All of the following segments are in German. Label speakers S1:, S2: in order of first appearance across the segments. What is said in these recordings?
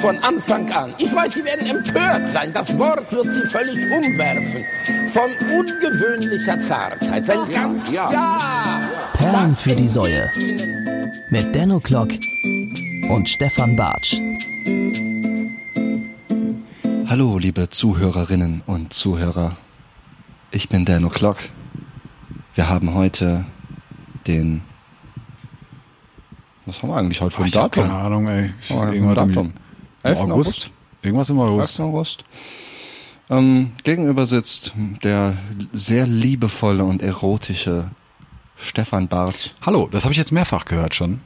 S1: von Anfang an. Ich weiß, Sie werden empört sein. Das Wort wird Sie völlig umwerfen. Von ungewöhnlicher Zartheit. Sein ganz, ja.
S2: Perlen
S1: Das
S2: für die Säue.
S1: entgeht Ihnen.
S2: Mit Denno Klock und Stefan Bartsch.
S3: Hallo, liebe Zuhörerinnen und Zuhörer. Ich bin Dano Klock. Wir haben heute den. Was haben wir eigentlich heute für ein
S4: Ich hab
S3: Datum?
S4: keine Ahnung, ey.
S3: Oh, ein
S4: Irgendwas im-
S3: Datum.
S4: Im
S3: 11.
S4: August.
S3: August.
S4: Irgendwas im August.
S3: 11. August. Ähm, gegenüber sitzt der sehr liebevolle und erotische Stefan Barth.
S4: Hallo, das habe ich jetzt mehrfach gehört schon.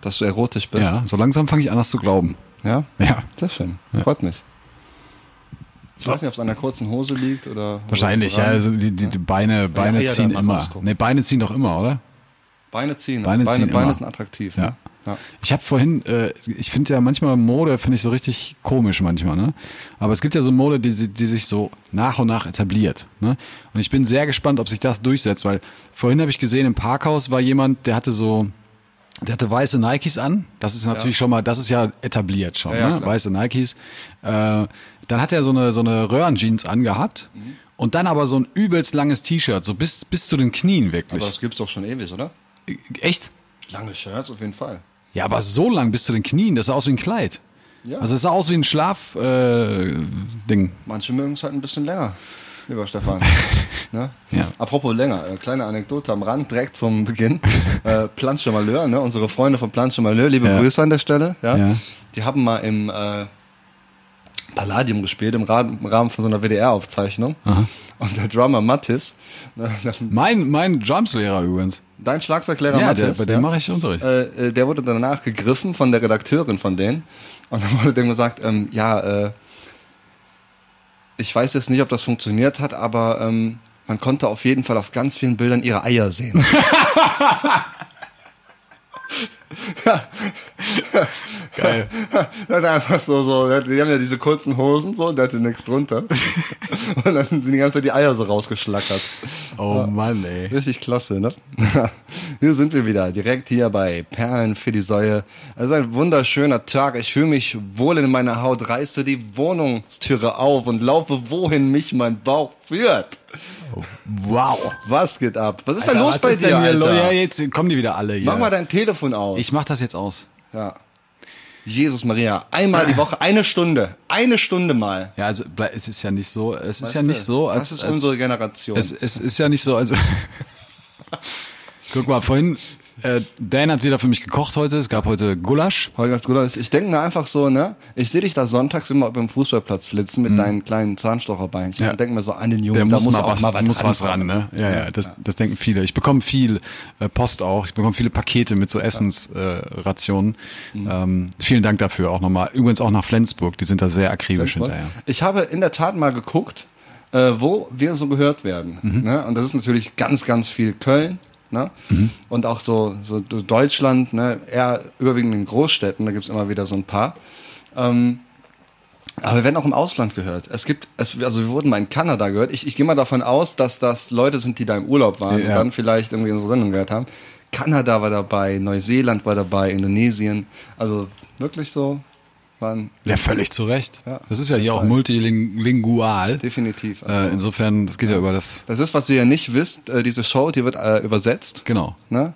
S3: Dass du erotisch bist.
S4: Ja, so langsam fange ich an, das zu glauben.
S3: Ja?
S4: Ja.
S3: Sehr schön. Freut mich. Ich weiß nicht, ob es an der kurzen Hose liegt oder.
S4: Wahrscheinlich, ja. Also die, die, die Beine, Beine
S3: eher
S4: ziehen
S3: dann
S4: immer.
S3: andersrum.
S4: Nee, Beine ziehen doch immer, oder?
S3: Beine ziehen.
S4: Beine ziehen
S3: Beine
S4: immer.
S3: sind attraktiv.
S4: Ja.
S3: Ne? ja.
S4: Ich habe vorhin, äh, ich finde ja manchmal Mode, finde ich so richtig komisch manchmal, ne? Aber es gibt ja so Mode, die, si- die sich so nach und nach etabliert, ne? Und ich bin sehr gespannt, ob sich das durchsetzt, weil vorhin habe ich gesehen, im Parkhaus war jemand, der hatte so, der hatte weiße Nikes an. Das ist natürlich schon mal, das ist ja etabliert schon,
S3: Ja, ja,
S4: ne?
S3: klar.
S4: Weiße Nikes. Äh, dann hat er so eine, so eine Röhrenjeans angehabt.
S3: Mhm.
S4: Und dann aber so ein übelst langes T-Shirt, so bis, bis zu den Knien
S3: Aber
S4: wirklich. Äh,
S3: das gibt's doch schon ewig, oder?
S4: Echt?
S3: Lange Shirts auf jeden Fall.
S4: Ja, aber so lang bis zu den Knien, das sah aus wie ein Kleid.
S3: Ja.
S4: Also es sah aus wie ein Schlaf äh, Ding.
S3: Manche mögen es halt ein bisschen länger, lieber Stefan. ne?
S4: Ja.
S3: Apropos länger, äh, kleine Anekdote am Rand, direkt zum Beginn. äh, Planche Malheur, ne? unsere Freunde von Planche Malheur, liebe
S4: Ja.
S3: Grüße an der Stelle. Ja?
S4: Ja.
S3: Die haben mal im äh, Palladium gespielt, im, Ra im Rahmen von so einer WDR-Aufzeichnung. Und der Drummer Mattis, ne,
S4: Mein mein Drumslehrer übrigens.
S3: dein Schlagzeuglehrer
S4: Ja, der,
S3: Mattis.
S4: bei dem mache ich Unterricht.
S3: äh, äh, der wurde danach gegriffen von der Redakteurin von denen. Und dann wurde dem gesagt, ähm, ja, äh, ich weiß jetzt nicht, ob das funktioniert hat, aber ähm, man konnte auf jeden Fall auf ganz vielen Bildern ihre Eier sehen.
S4: Geil.
S3: Der hat einfach so, so, der hat- die haben ja diese kurzen Hosen so, der hatte nichts drunter. Und dann sind die ganze Zeit die Eier so rausgeschlackert. äh,
S4: Oh Mann, ey.
S3: Richtig klasse, ne? hier sind wir wieder, direkt hier bei Perlen für die Säue. Es ist ein wunderschöner Tag. Ich fühle mich wohl in meiner Haut, reiße die Wohnungstüre auf und laufe, wohin mich mein Bauch führt.
S4: Wow.
S3: Was geht ab? Was ist denn los
S4: was
S3: bei
S4: ist
S3: dir,
S4: denn hier los?
S3: Alter?
S4: Ja, jetzt kommen die wieder alle hier.
S3: Mach mal dein Telefon aus.
S4: ich mach das jetzt aus.
S3: ja. Jesus Maria, einmal die Woche, eine Stunde, eine Stunde mal.
S4: Ja, also ble- es ist ja nicht so, es ist
S3: Weißt
S4: ja
S3: du,
S4: nicht so, als
S3: das ist
S4: als,
S3: unsere Generation.
S4: Es, es ist ja nicht so, also. Guck mal, vorhin, äh, Dan hat wieder für mich gekocht heute. Es gab heute Gulasch.
S3: Holger Gruder, ich denke mir einfach so, ne? Ich sehe dich da sonntags immer beim Fußballplatz flitzen mit deinen kleinen Zahnstocherbeinchen
S4: Mhm. Ja.
S3: und denke mir so an den Jungen,
S4: Der
S3: da
S4: muss, mal
S3: auch
S4: was,
S3: mal was
S4: muss was ran,
S3: anfangen.
S4: ne? Ja, ja, das, das denken viele. Ich bekomme viel äh, Post auch. Ich bekomme viele Pakete mit so Essensrationen. Äh, Rationen. ähm, vielen Dank dafür auch nochmal. Übrigens auch nach Flensburg. Die sind da sehr akribisch hinterher.
S3: Ich habe in der Tat mal geguckt, äh, wo wir so gehört werden. Ne? Und das ist natürlich ganz, ganz viel Köln. Ne? Und auch so, so Deutschland, ne? eher überwiegend in Großstädten, da gibt's immer wieder so ein paar. Ähm, aber wir werden auch im Ausland gehört. Es gibt, es, also wir wurden mal in Kanada gehört. Ich, ich gehe mal davon aus, dass das Leute sind, die da im Urlaub waren und
S4: Ja.
S3: dann vielleicht irgendwie unsere Sendung gehört haben. Kanada war dabei, Neuseeland war dabei, Indonesien. Also wirklich so waren
S4: Ja, völlig zu Recht.
S3: Ja.
S4: Das ist ja hier auch multilingual.
S3: definitiv. Also
S4: Äh, insofern, das geht ja über das.
S3: Das ist, was ihr ja nicht wisst, äh, diese Show, die wird äh, übersetzt.
S4: Genau.
S3: Ne?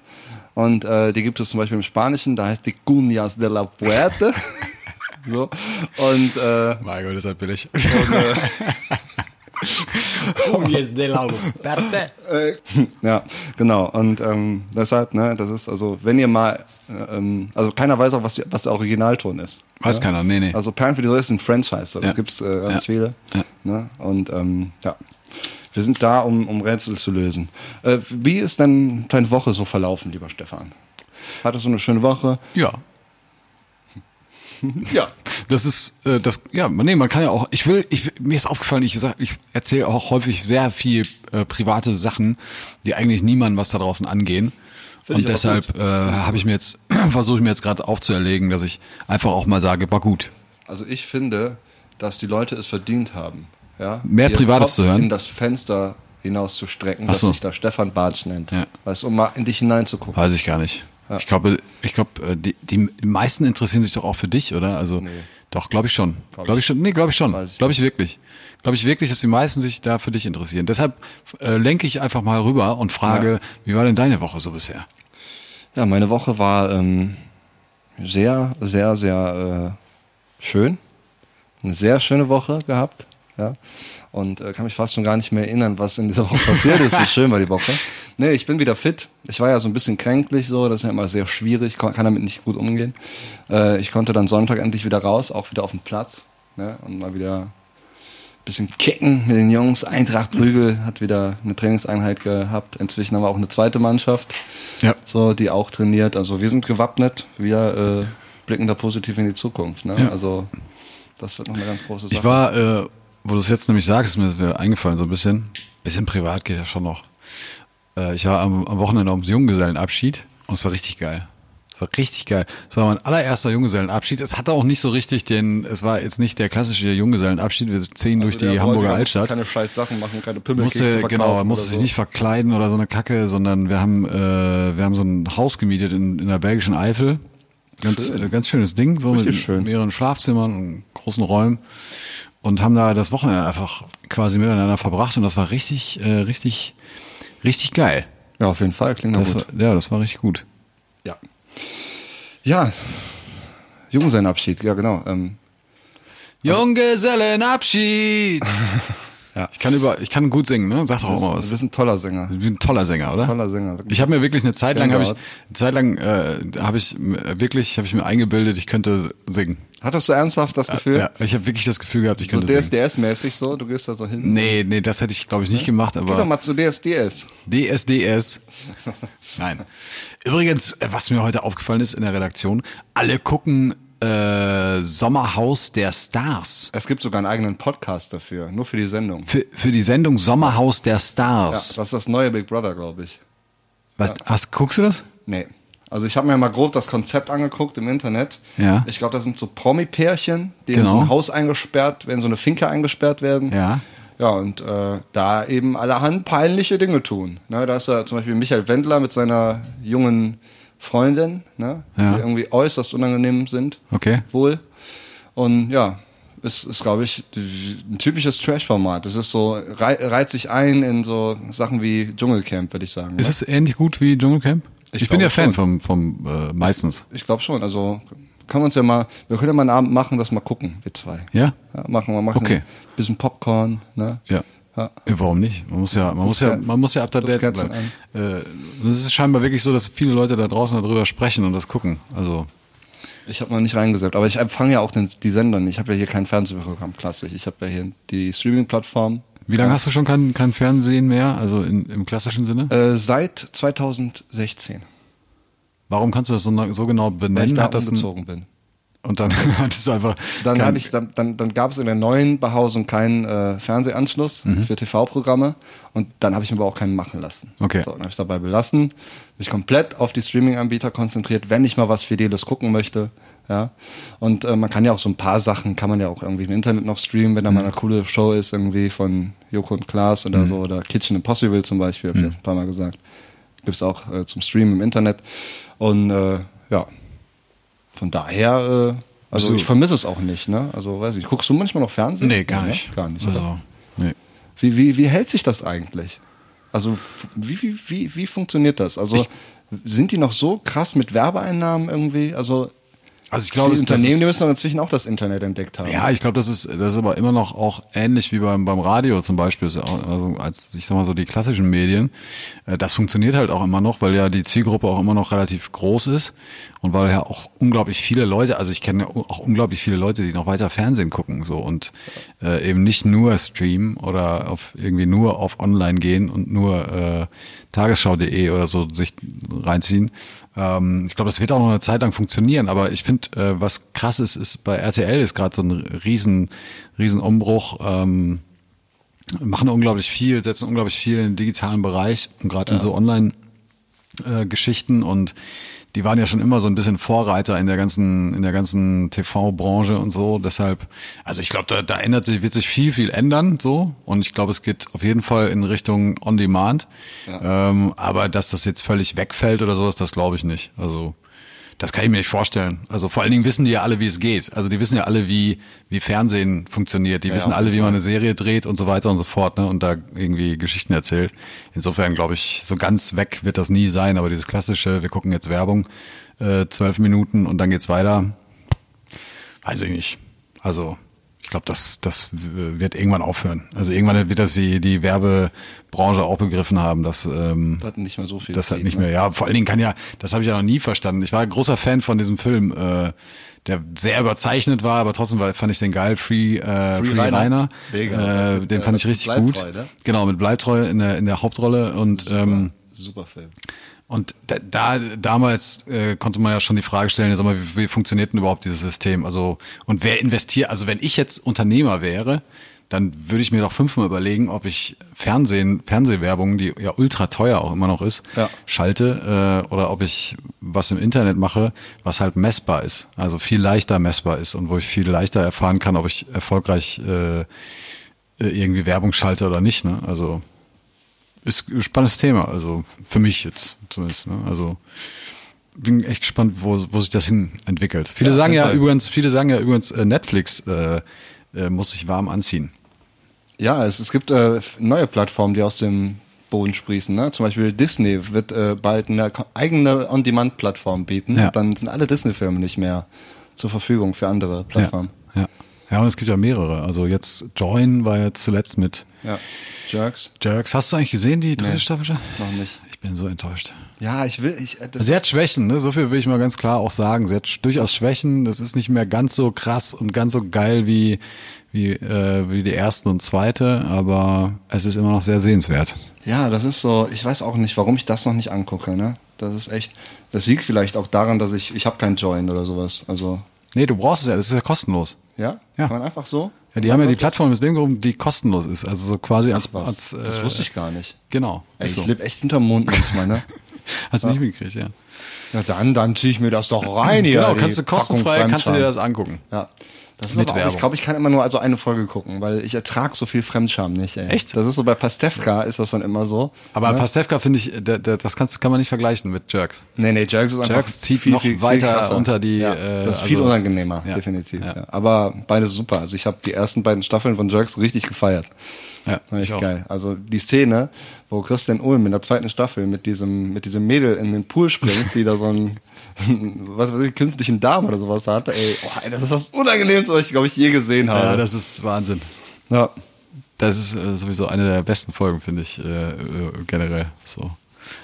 S3: Und äh, die gibt es zum Beispiel im Spanischen, da heißt die Cunias de la Puerte. so. Und äh,
S4: Mein Gott, das hat billig.
S3: äh, ja, genau. Und ähm, deshalb, ne, das ist also, wenn ihr mal, äh, ähm, also keiner weiß auch, was, die, was der Originalton ist.
S4: Weiß keiner, nee, nee.
S3: Also Perlen für die Säule ist ein Franchise, so. das
S4: Ja.
S3: gibt's äh, ganz
S4: Ja.
S3: viele.
S4: Ja.
S3: Ne? Und ähm, ja, wir sind da, um, um Rätsel zu lösen. Äh, wie ist denn deine Woche so verlaufen, lieber Stefan? Hattest du eine schöne Woche?
S4: ja.
S3: Ja.
S4: Das ist äh, das ja, nee, man kann ja auch. Ich will, ich mir ist aufgefallen, ich sag, ich erzähle auch häufig sehr viel äh, private Sachen, die eigentlich niemandem was da draußen angehen.
S3: Find ich
S4: Und
S3: aber
S4: deshalb äh, habe ich mir jetzt versuche ich mir jetzt gerade aufzuerlegen, dass ich einfach auch mal sage, war gut.
S3: Also ich finde, dass die Leute es verdient haben, ja,
S4: Mehr
S3: ihren
S4: Privates
S3: Kopf
S4: zu hören?
S3: in das Fenster hinaus zu strecken,
S4: Ach
S3: dass
S4: so.
S3: sich da Stefan Bartsch nennt.
S4: Ja.
S3: Weißt du, um mal in dich hineinzugucken.
S4: Weiß ich gar nicht. Ich glaube, ich glaube, äh, die, die meisten interessieren sich doch auch für dich, oder? Also doch, glaube ich schon. Glaube ich schon. Nee, glaube ich schon.
S3: Weiß ich
S4: Glaube ich wirklich. Glaube ich wirklich, dass die meisten sich da für dich interessieren. Deshalb äh, lenke ich einfach mal rüber und frage, wie war denn deine Woche so bisher?
S3: Ja, meine Woche war ähm, sehr, sehr, sehr äh, schön. Eine sehr schöne Woche gehabt. Ja. Und äh, kann mich fast schon gar nicht mehr erinnern, was in dieser Woche passiert ist. So schön war die Woche. Nee, ich bin wieder fit. Ich war ja so ein bisschen kränklich, so. Das ist ja immer sehr schwierig. Kon- Kann damit nicht gut umgehen. Äh, ich konnte dann Sonntag endlich wieder raus, auch wieder auf den Platz. Ne, und mal wieder ein bisschen kicken mit den Jungs. Eintracht Prügel hat wieder eine Trainingseinheit gehabt. Inzwischen haben wir auch eine zweite Mannschaft
S4: Ja.
S3: so, die auch trainiert. Also wir sind gewappnet, wir äh, blicken da positiv in die Zukunft. Ne?
S4: Ja.
S3: Also das wird noch eine ganz große Sache.
S4: Ich war, äh, wo du es jetzt nämlich sagst, ist mir das wieder eingefallen so ein bisschen. Bisschen privat geht ja schon noch. Äh, ich war am, am Wochenende auf dem Junggesellenabschied und es war richtig geil. Es war richtig geil. Es war mein allererster Junggesellenabschied. Es hatte auch nicht so richtig den, es war jetzt nicht der klassische Junggesellenabschied. Wir ziehen durch die
S3: Also Der
S4: Hamburger
S3: wollte
S4: Altstadt
S3: Keine scheiß Sachen machen, keine
S4: musste,
S3: Pimmelkekse
S4: genau,
S3: verkaufen
S4: musste
S3: oder
S4: sich
S3: so.
S4: nicht verkleiden oder so eine Kacke, sondern wir haben, äh, wir haben so ein Haus gemietet in, in der belgischen Eifel. Ganz, äh, ganz schönes Ding, so mit
S3: Richtig schön.
S4: mehreren Schlafzimmern und großen Räumen. Und haben da das Wochenende einfach quasi miteinander verbracht und das war richtig, äh, richtig, richtig geil.
S3: Ja, auf jeden Fall, klingt das
S4: Das
S3: gut.
S4: war, ja, das war richtig gut.
S3: Ja. Ja. Junggesellenabschied, ja genau. Ähm, Also
S4: Junggesellenabschied! ja. Ich kann über, ich kann gut singen, ne? Sag doch auch mal
S3: du
S4: was.
S3: bist ein toller Sänger.
S4: Du bist ein toller Sänger, oder?
S3: Toller Sänger.
S4: Ich habe mir wirklich eine Zeit lang, habe ich,
S3: Gänsehaut.
S4: eine Zeit lang, äh, habe ich äh, wirklich, habe ich mir eingebildet, ich könnte singen.
S3: Hattest du ernsthaft das Gefühl?
S4: Ja, ich habe wirklich das Gefühl gehabt, ich
S3: So
S4: könnte singen.
S3: DSDS-mäßig so, du gehst da so hin.
S4: Nee, nee, das hätte ich, glaube ich, nicht gemacht,
S3: Geh doch
S4: aber
S3: mal zu DSDS.
S4: DSDS. Nein. Übrigens, äh, was mir heute aufgefallen ist in der Redaktion, alle gucken äh, Sommerhaus der Stars.
S3: Es gibt sogar einen eigenen Podcast dafür, nur für die Sendung.
S4: Für, für die Sendung Sommerhaus der
S3: Ja,
S4: Stars.
S3: das ist das neue Big Brother, glaube ich.
S4: was, hast, guckst du das?
S3: Nee. Also ich habe mir mal grob das Konzept angeguckt im Internet.
S4: Ja.
S3: Ich glaube, das sind so Promi-Pärchen, die in
S4: Genau.
S3: so ein Haus eingesperrt, werden so eine Finke eingesperrt werden.
S4: Ja.
S3: Ja, und äh, da eben allerhand peinliche Dinge tun. Ne, da ist ja zum Beispiel Michael Wendler mit seiner jungen Freundin, ne,
S4: Ja.
S3: die irgendwie äußerst unangenehm sind.
S4: Okay.
S3: Wohl. Und ja, es ist, glaube ich, ein typisches Trash-Format. Es ist so, rei reiht sich ein in so Sachen wie Dschungelcamp, würde ich sagen. ne?
S4: Ist es ähnlich gut wie Dschungelcamp? Ich,
S3: Ich
S4: bin
S3: glaube
S4: ja Fan
S3: schon.
S4: vom, vom äh, meistens.
S3: Ich glaube schon. Also können wir uns ja mal, wir können ja mal einen Abend machen, das mal gucken, wir zwei.
S4: Ja?
S3: machen wir, machen
S4: Okay.
S3: ein bisschen Popcorn, ne?
S4: Ja.
S3: Ja.
S4: Ja, Warum nicht? Man muss ja, man muss ja,
S3: Kerzen-
S4: man muss ja up to date
S3: Duftkerzen
S4: bleiben. Äh, das ist scheinbar wirklich so, dass viele Leute da draußen darüber sprechen und das gucken. Also
S3: Ich habe noch nicht reingesetzt, aber ich empfange ja auch den, die Sender. nicht. Ich habe ja hier kein Fernsehprogramm klassisch. Ich habe ja hier die Streaming-Plattform.
S4: wie lange hast du schon kein, kein Fernsehen mehr? Also in, im klassischen Sinne?
S3: Äh, seit 2016,
S4: Warum kannst du das so, na- so genau benennen?
S3: weil ich da
S4: Hat das ein,
S3: umgezogen bin.
S4: und dann hattest du einfach.
S3: Dann,
S4: kein-
S3: hatte ich, dann, dann, dann gab es in der neuen Behausung keinen äh, Fernsehanschluss für TV-Programme und dann habe ich mir aber auch keinen machen lassen.
S4: Okay.
S3: So, dann habe ich es dabei belassen, mich komplett auf die Streaming-Anbieter konzentriert, wenn ich mal was Fideles gucken möchte. Ja. Und äh, man kann ja auch so ein paar Sachen, kann man ja auch irgendwie im Internet noch streamen, wenn da mal eine coole Show ist, irgendwie von Joko und Klaas oder so, oder Kitchen Impossible zum Beispiel, habe ich auch ein paar Mal gesagt. Gibt's auch äh, zum Streamen im Internet. Und äh, ja, von daher, äh, also
S4: So.
S3: ich vermisse es auch nicht, ne? Also weiß ich, guckst du manchmal noch Fernsehen?
S4: Nee, gar
S3: ne?
S4: nicht.
S3: Gar nicht. oder?
S4: Also, nee.
S3: Wie, wie, wie hält sich das eigentlich? Also f- wie, wie, wie, wie funktioniert das? Also sind die noch so krass mit Werbeeinnahmen irgendwie? Also
S4: also ich
S3: die
S4: glaube, es- das
S3: Unternehmen,
S4: ist-
S3: die müssen doch inzwischen auch das Internet entdeckt haben.
S4: Ja, ich glaube, das ist, das ist aber immer noch auch ähnlich wie beim, beim Radio zum Beispiel, Ist ja auch- also als ich sag mal so die klassischen Medien. Äh, Das funktioniert halt auch immer noch, weil ja die Zielgruppe auch immer noch relativ groß ist und weil ja auch unglaublich viele Leute, also ich kenne ja auch unglaublich viele Leute, die noch weiter Fernsehen gucken so und äh, eben nicht nur streamen oder auf irgendwie nur auf online gehen und nur äh, tagesschau.de oder so sich reinziehen. Ähm, ich glaube, das wird auch noch eine Zeit lang funktionieren, aber ich finde, äh, was krass ist, ist bei RTL ist gerade so ein riesen, riesen Umbruch. Ähm, machen unglaublich viel, setzen um unglaublich viel im digitalen Bereich und gerade in so Online- äh, Geschichten und die waren ja schon immer so ein bisschen Vorreiter in der ganzen, in der ganzen TV-Branche und so. Deshalb, also ich glaube, da, da ändert sich, wird sich viel, viel ändern so. Und ich glaube, es geht auf jeden Fall in Richtung On Demand. Ähm, aber dass das jetzt völlig wegfällt oder sowas, das glaube ich nicht. Also das kann ich mir nicht vorstellen. Also vor allen Dingen wissen die ja alle, wie es geht. Also die wissen ja alle, wie, wie Fernsehen funktioniert. Die wissen
S3: auf
S4: alle,
S3: jeden
S4: wie man eine Serie dreht und so weiter und so fort, ne? Und da irgendwie Geschichten erzählt. Insofern glaube ich, so ganz weg wird das nie sein. Aber dieses klassische, wir gucken jetzt Werbung, äh, zwölf Minuten und dann geht's weiter. Weiß ich nicht. Also ich glaube, das, das w- wird irgendwann aufhören. Also irgendwann wird das die, die Werbebranche auch begriffen haben, dass ähm,
S3: Das hat nicht mehr so viel
S4: das hat
S3: zieht,
S4: nicht
S3: ne?
S4: mehr. Ja, vor allen Dingen kann ja, das habe ich ja noch nie verstanden. Ich war großer Fan von diesem Film, äh, der sehr überzeichnet war, aber trotzdem war, fand ich den geil. Free, äh, Free,
S3: Free
S4: Rainer,
S3: Rainer.
S4: Äh,
S3: Mega.
S4: den
S3: Äh,
S4: fand ich
S3: mit
S4: richtig
S3: Bleibtreu,
S4: gut.
S3: ne?
S4: Genau mit Bleibtreu in der in der Hauptrolle und ähm,
S3: Super Film.
S4: und da, da damals äh, konnte man ja schon die Frage stellen, sag mal, wie, wie funktioniert denn überhaupt dieses System? Also und wer investiert? Also wenn ich jetzt Unternehmer wäre, dann würde ich mir doch fünfmal überlegen, ob ich Fernsehen, Fernsehwerbung, die ja ultra teuer auch immer noch ist,
S3: Ja.
S4: schalte äh, oder ob ich was im Internet mache, was halt messbar ist, also viel leichter messbar ist und wo ich viel leichter erfahren kann, ob ich erfolgreich äh, äh, irgendwie Werbung schalte oder nicht. Ne? Also ist ein spannendes Thema, also für mich jetzt zumindest. Ne? Also bin echt gespannt, wo, wo sich das hin entwickelt. Viele
S3: Ja, auf
S4: sagen
S3: jeden
S4: ja
S3: Fall.
S4: übrigens, viele sagen ja übrigens, äh, Netflix äh, äh, muss sich warm anziehen.
S3: Ja, es, es gibt äh, neue Plattformen, die aus dem Boden sprießen. Ne? Zum Beispiel Disney wird äh, bald eine ko- eigene On-Demand-Plattform bieten.
S4: Ja.
S3: Dann sind alle Disney-Filme nicht mehr zur Verfügung für andere Plattformen.
S4: Ja, ja. ja, und es gibt ja mehrere. Also jetzt Join war ja zuletzt mit
S3: Ja. Jerks.
S4: Jerks. Hast du eigentlich gesehen, die dritte
S3: Nee,
S4: Staffel schon?
S3: noch nicht.
S4: Ich bin so enttäuscht.
S3: Ja, ich will. Ich, äh, das
S4: Sie hat Schwächen, ne? so viel will ich mal ganz klar auch sagen. Sie hat sch- durchaus Schwächen. Das ist nicht mehr ganz so krass und ganz so geil wie, wie, äh, wie die erste und zweite, aber es ist immer noch sehr sehenswert.
S3: Ja, das ist so, ich weiß auch nicht, warum ich das noch nicht angucke, ne? Das ist echt, das liegt vielleicht auch daran, dass ich, ich habe keinen Join oder sowas, also,
S4: Nee, du brauchst es ja, das ist ja kostenlos.
S3: ja?
S4: Ja.
S3: Kann man einfach so?
S4: Ja, die haben ja die Plattform ins Leben gerufen, die kostenlos ist. Also so quasi als,
S3: Was?
S4: als äh,
S3: das wusste ich gar nicht.
S4: Genau.
S3: Ey,
S4: Ist
S3: ich lebe echt hinterm Mond manchmal, ne?
S4: Hast du nicht mitgekriegt, ja.
S3: Ja, dann, dann ziehe ich mir das doch rein hier.
S4: genau,
S3: die
S4: kannst du kostenfrei,
S3: Packung
S4: kannst du dir das
S3: Fremdscham.
S4: angucken.
S3: Ja. Das ist
S4: Mit
S3: Mit aber auch,
S4: Werbung.
S3: ich glaube, ich kann immer nur also eine Folge gucken, weil ich ertrag so viel Fremdscham nicht, ey.
S4: Echt?
S3: Das ist so bei Pastewka ist das dann immer so.
S4: Aber
S3: ne?
S4: Pastewka finde ich, da, da, das kannst, kann man nicht vergleichen mit Jerks.
S3: Nee, nee, Jerks ist einfach
S4: Jerks zieht noch weiter
S3: krasser.
S4: unter die,
S3: Ja,
S4: äh,
S3: das ist viel
S4: also-
S3: unangenehmer,
S4: Ja,
S3: definitiv.
S4: ja.
S3: Ja. Aber beides super. Also ich habe die ersten beiden Staffeln von Jerks richtig gefeiert.
S4: Ja,
S3: War
S4: ich
S3: echt
S4: auch.
S3: geil. Also die Szene, wo Christian Ulm in der zweiten Staffel mit diesem mit diesem Mädel in den Pool springt, die da so einen was weiß ich, künstlichen Darm oder sowas hatte. Ey, oh, ey, das ist das Unangenehmste, was ich glaube ich je gesehen
S4: Ja,
S3: habe.
S4: das ist Wahnsinn.
S3: Ja.
S4: Das ist äh, sowieso eine der besten Folgen, finde ich, äh, äh, generell. So.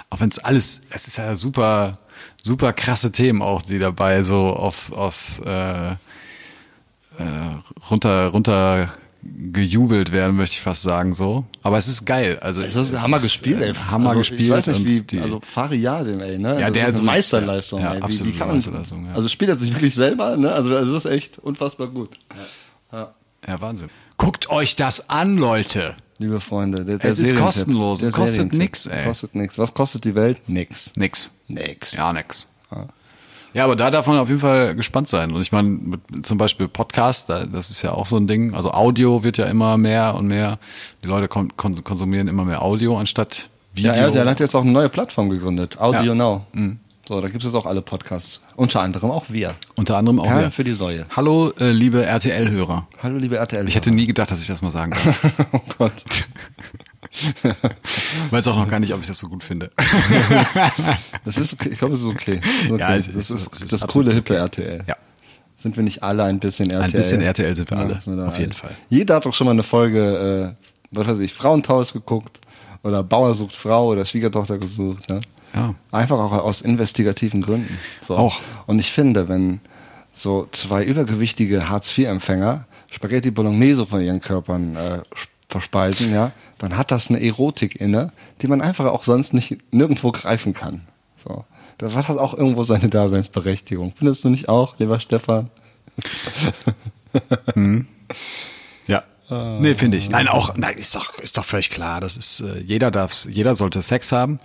S4: Auch wenn es alles, es ist ja super, super krasse Themen auch, die dabei so aufs, aufs äh, äh, runter, runter gejubelt werden, möchte ich fast sagen so. Aber es ist geil. Also
S3: Es ist Hammer gespielt, ey.
S4: Hammer
S3: also,
S4: gespielt.
S3: Ich weiß
S4: und
S3: nicht, wie,
S4: die-
S3: also Fariadim, ey, ne?
S4: Ja,
S3: das
S4: der
S3: ist
S4: hat
S3: eine
S4: so-
S3: Meisterleistung,
S4: ja,
S3: ey. Wie,
S4: absolute
S3: wie kann man,
S4: Meisterleistung, ja.
S3: Also spielt er sich wirklich selber, ne? Also das ist echt unfassbar gut.
S4: ja, Wahnsinn. Guckt euch das an, Leute.
S3: Liebe Freunde, der, der
S4: Es ist
S3: Serientipp.
S4: kostenlos,
S3: Der
S4: es kostet
S3: Serientipp.
S4: nix, ey.
S3: Kostet nix. Was kostet die Welt? Nix.
S4: Nix.
S3: Nix.
S4: Ja, nix. Ja, aber da darf man auf jeden Fall gespannt sein. Und ich meine, mit- zum Beispiel Podcast, da- das ist ja auch so ein Ding. Also Audio wird ja immer mehr und mehr. Die Leute kon kon konsumieren immer mehr Audio anstatt Video.
S3: Ja, er, der hat jetzt auch eine neue Plattform gegründet, Audio
S4: Ja. Mhm.
S3: Now. So, da gibt es jetzt auch alle Podcasts. Unter anderem auch wir.
S4: Unter anderem auch.
S3: Perlen
S4: wir.
S3: für die Säue.
S4: Hallo, äh, liebe RTL-Hörer.
S3: Hallo, liebe RTL.
S4: Ich hätte nie gedacht, dass ich das mal sagen kann.
S3: oh Gott.
S4: Weiß auch noch gar nicht, ob ich das so gut finde.
S3: Das ist okay. Ich glaube, es ist okay. Ist okay.
S4: Ja, es ist-
S3: das
S4: es
S3: ist,
S4: ist
S3: das
S4: absolut
S3: coole Hippe RTL.
S4: Ja.
S3: Sind wir nicht alle ein bisschen RTL?
S4: bisschen RTL sind wir alle,
S3: sind da
S4: auf jeden Fall.
S3: Jeder hat doch schon mal eine Folge, äh, was weiß ich, Frauentausch geguckt oder Bauer sucht Frau oder Schwiegertochter gesucht. Ja?
S4: Ja.
S3: Einfach auch aus investigativen Gründen. So.
S4: Auch.
S3: Und ich finde, wenn so zwei übergewichtige Hartz-IV-Empfänger Spaghetti Bolognese von ihren Körpern äh, verspeisen, ja, dann hat das eine Erotik inne, die man einfach auch sonst nicht nirgendwo greifen kann. So. Da hat das auch irgendwo seine Daseinsberechtigung. Findest du nicht auch, lieber Stefan?
S4: Ja. Nee, äh, finde ich. Nein, auch, nein, ist doch, ist doch völlig klar. Das ist, äh, jeder darf, jeder sollte Sex haben.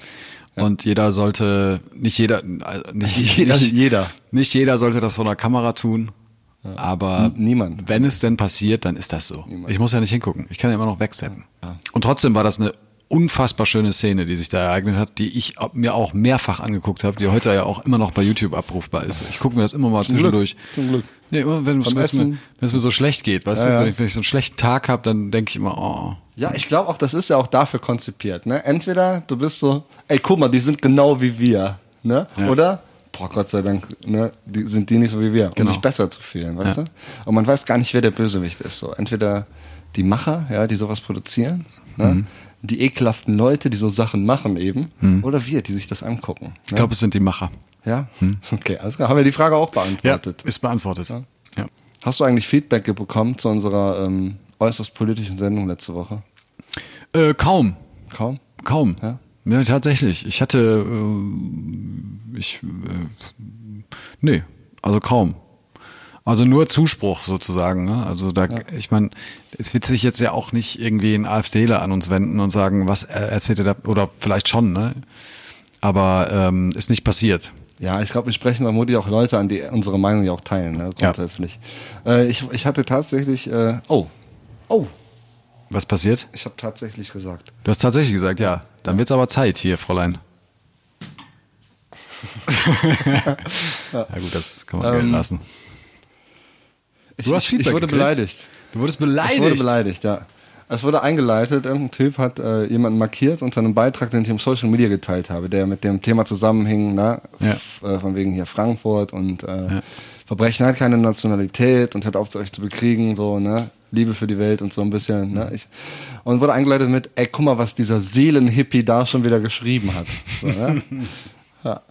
S4: Und jeder sollte, nicht jeder, also nicht
S3: Jeder-
S4: nicht,
S3: jeder.
S4: Nicht jeder sollte das vor der Kamera tun. Aber
S3: N- niemand.
S4: wenn es denn passiert, dann ist das so. Ich muss ja nicht hingucken. Ich kann ja immer noch wegsteppen. Und trotzdem war das eine unfassbar schöne Szene, die sich da ereignet hat, die ich ab- mir auch mehrfach angeguckt habe, die heute ja auch immer noch bei YouTube abrufbar ist. Ich gucke mir das immer mal zwischendurch.
S3: Zum Glück.
S4: Nee, immer wenn
S3: Beim
S4: es mir,
S3: Essen.
S4: wenn es mir so schlecht geht, weißt
S3: Ja,
S4: du,
S3: ja.
S4: wenn ich, wenn ich so einen schlechten Tag habe, dann denke ich immer, oh.
S3: Ja, ich glaube auch, das ist ja auch dafür konzipiert. Ne? Entweder du bist so, ey, guck mal, die sind genau wie wir. Ne?
S4: Ja.
S3: Oder, boah, Gott sei Dank, ne? die, sind die nicht so wie wir. Um
S4: Genau.
S3: dich besser zu fühlen, weißt
S4: Ja.
S3: du? Und man weiß gar nicht, wer der Bösewicht ist. So. Entweder die Macher, ja, die sowas produzieren,
S4: Mhm.
S3: ne? die ekelhaften Leute, die so Sachen machen eben, oder wir, die sich das angucken. ne?
S4: Ich glaube, es sind die Macher.
S3: Ja? Okay, alles klar. Haben wir die Frage auch beantwortet.
S4: ist beantwortet. Ja.
S3: Hast du eigentlich Feedback bekommen zu unserer ähm, äußerst politischen Sendung letzte Woche?
S4: Äh, kaum.
S3: Kaum?
S4: Kaum.
S3: Ja?
S4: Ja, tatsächlich. Ich hatte, äh, ich, äh, nee, also kaum. Also nur Zuspruch sozusagen. Ne? Also da, ich meine, es wird sich jetzt ja auch nicht irgendwie ein AfDler an uns wenden und sagen, was äh, erzählt ihr da, oder vielleicht schon, ne? Aber ähm, ist nicht passiert.
S3: Ja, ich glaube, wir sprechen vermutlich auch Leute an, die unsere Meinung ja auch teilen, ne, grundsätzlich. Äh, ich, ich hatte tatsächlich, äh, oh, oh,
S4: Was passiert?
S3: ich habe tatsächlich gesagt.
S4: Du hast tatsächlich gesagt, ja. Dann wird's aber Zeit hier, Fräulein. ja gut, das kann man
S3: Ähm,
S4: gelten lassen.
S3: Ich,
S4: Du hast
S3: ich,
S4: Feedback
S3: ich wurde
S4: gekriegt?
S3: beleidigt.
S4: Du wurdest
S3: Ich wurde beleidigt, ja. Es wurde eingeleitet, irgendein Typ hat äh, jemanden markiert unter einem Beitrag, den ich im Social Media geteilt habe, der mit dem Thema zusammenhing, ne?
S4: Ja.
S3: F- äh, von wegen hier Frankfurt und äh, Verbrechen hat keine Nationalität und hört auf, euch zu bekriegen, so, ne? Liebe für die Welt und so ein bisschen, ne? Ich, und wurde eingeleitet mit, ey, guck mal, was dieser Seelenhippie da schon wieder geschrieben hat. So, ne? ja.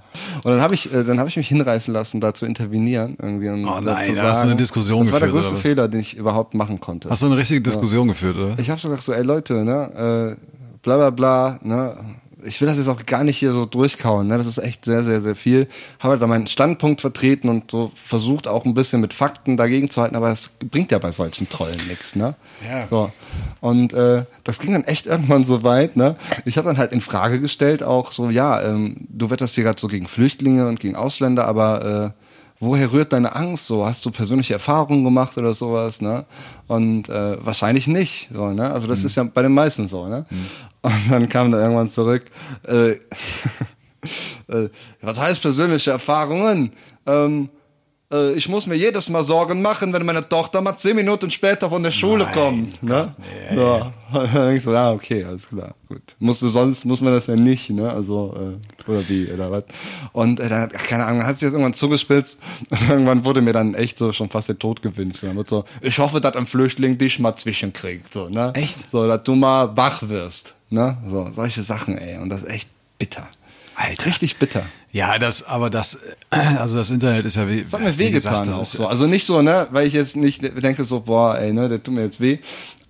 S3: Und dann habe ich, äh, dann habe ich mich hinreißen lassen, da zu intervenieren irgendwie. Und
S4: Oh
S3: da zu
S4: nein, da hast du
S3: sagen-
S4: eine Diskussion
S3: Das war der
S4: geführt,
S3: größte
S4: oder was?
S3: Fehler, den ich überhaupt machen konnte.
S4: Hast du eine richtige Diskussion geführt, oder?
S3: Ich habe so gedacht, so, ey Leute, ne, äh, bla bla bla, ne, ich will das jetzt auch gar nicht hier so durchkauen, ne, das ist echt sehr, sehr, sehr viel. Habe halt da meinen Standpunkt vertreten und so versucht auch ein bisschen mit Fakten dagegen zu halten, aber das bringt ja bei solchen Trollen nichts, ne.
S4: Ja.
S3: So. Und äh, das ging dann echt irgendwann so weit, ne, ich habe dann halt in Frage gestellt auch so, ja, ähm, du wetterst hier gerade so gegen Flüchtlinge und gegen Ausländer, aber äh, woher rührt deine Angst so? Hast du persönliche Erfahrungen gemacht oder sowas, ne? Und äh, wahrscheinlich nicht, so, ne? Also das ist ja bei den meisten so, ne? Und dann kam dann irgendwann zurück, äh, äh, was heißt persönliche Erfahrungen? Ähm, äh, ich muss mir jedes Mal Sorgen machen, wenn meine Tochter mal zehn Minuten später von der Schule kommt. Ne? ja. Und dann denkst du, ja, okay, alles klar, gut. Musst du sonst, muss man das ja nicht, ne? Also, äh, oder wie, oder was. Und äh, dann, ach, keine Ahnung, hat sich das irgendwann zugespitzt und irgendwann wurde mir dann echt so schon fast der Tod gewünscht. Und Dann wird so, ich hoffe, dass ein Flüchtling dich mal zwischenkriegt. So, ne?
S4: Echt?
S3: So, dass du mal wach wirst. Ne? So, solche Sachen, ey. Und das ist echt bitter.
S4: Alter.
S3: Richtig bitter.
S4: Ja, das, aber das, also das Internet ist ja wie.
S3: Das hat mir
S4: wie
S3: wehgetan
S4: gesagt, das
S3: auch
S4: ist-
S3: so. Also nicht so, ne, weil ich jetzt nicht denke so, boah, ey, ne, der tut mir jetzt weh.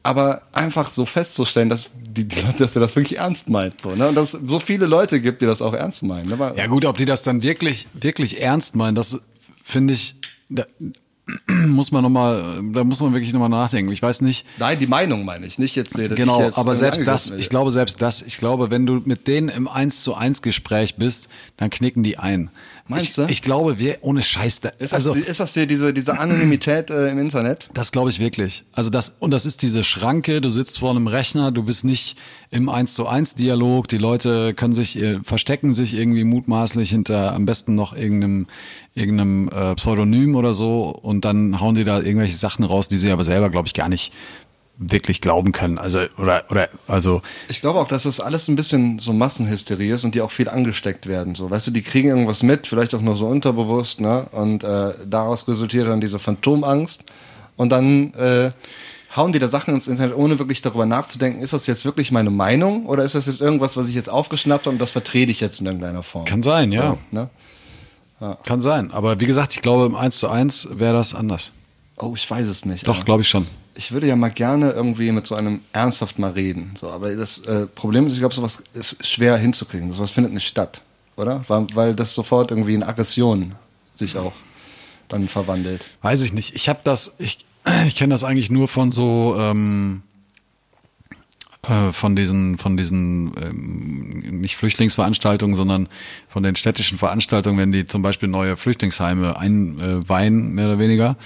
S3: Aber einfach so festzustellen, dass die, die Leute, dass er das wirklich ernst meint, so, ne? Und dass es so viele Leute gibt, die das auch ernst meinen. ne, Aber
S4: Ja gut, ob die das dann wirklich, wirklich ernst meinen, das finde ich, da muss man nochmal, da muss man wirklich nochmal nachdenken. Ich weiß nicht,
S3: nein, die Meinung meine ich, nicht jetzt. dass ich
S4: Genau,
S3: jetzt äh,
S4: aber
S3: irgendwie
S4: selbst das,
S3: angegriffen
S4: ich glaube selbst das, ich glaube, wenn du mit denen im 1 zu 1 Gespräch bist, dann knicken die ein.
S3: Meinst
S4: ich,
S3: du?
S4: Ich glaube, wir ohne Scheiß, da,
S3: werde. Ist das,
S4: also
S3: ist das hier diese, diese Anonymität äh, im Internet?
S4: das glaube ich wirklich. Also das und das ist diese Schranke, du sitzt vor einem Rechner, du bist nicht im 1 zu 1 Dialog, die Leute können sich äh, verstecken sich irgendwie mutmaßlich hinter am besten noch irgendeinem irgendeinem äh, Pseudonym oder so und dann hauen die da irgendwelche Sachen raus, die sie aber selber glaube ich gar nicht wirklich glauben können. Also oder oder also
S3: Ich glaube auch, dass das alles ein bisschen so Massenhysterie ist und die auch viel angesteckt werden. So, weißt du, die kriegen irgendwas mit, vielleicht auch nur so unterbewusst, ne? Und äh, daraus resultiert dann diese Phantomangst. Und dann äh, hauen die da Sachen ins Internet, ohne wirklich darüber nachzudenken, ist das jetzt wirklich meine Meinung oder ist das jetzt irgendwas, was ich jetzt aufgeschnappt habe und das vertrete ich jetzt in irgendeiner Form?
S4: Kann sein, ja.
S3: So, ne?
S4: Kann sein. Aber wie gesagt, ich glaube, im 1 zu 1 wäre das anders.
S3: Oh, ich weiß es nicht.
S4: Doch,
S3: aber-
S4: glaube ich schon.
S3: ich würde ja mal gerne irgendwie mit so einem ernsthaft mal reden. So, aber das äh, Problem ist, ich glaube, sowas ist schwer hinzukriegen. Sowas findet nicht statt, oder? Weil, weil das sofort irgendwie in Aggression sich auch dann verwandelt.
S4: Weiß ich nicht. Ich habe das, ich, ich kenne das eigentlich nur von so, ähm, äh, von diesen, von diesen ähm, nicht Flüchtlingsveranstaltungen, sondern von den städtischen Veranstaltungen, wenn die zum Beispiel neue Flüchtlingsheime einweihen, mehr oder weniger,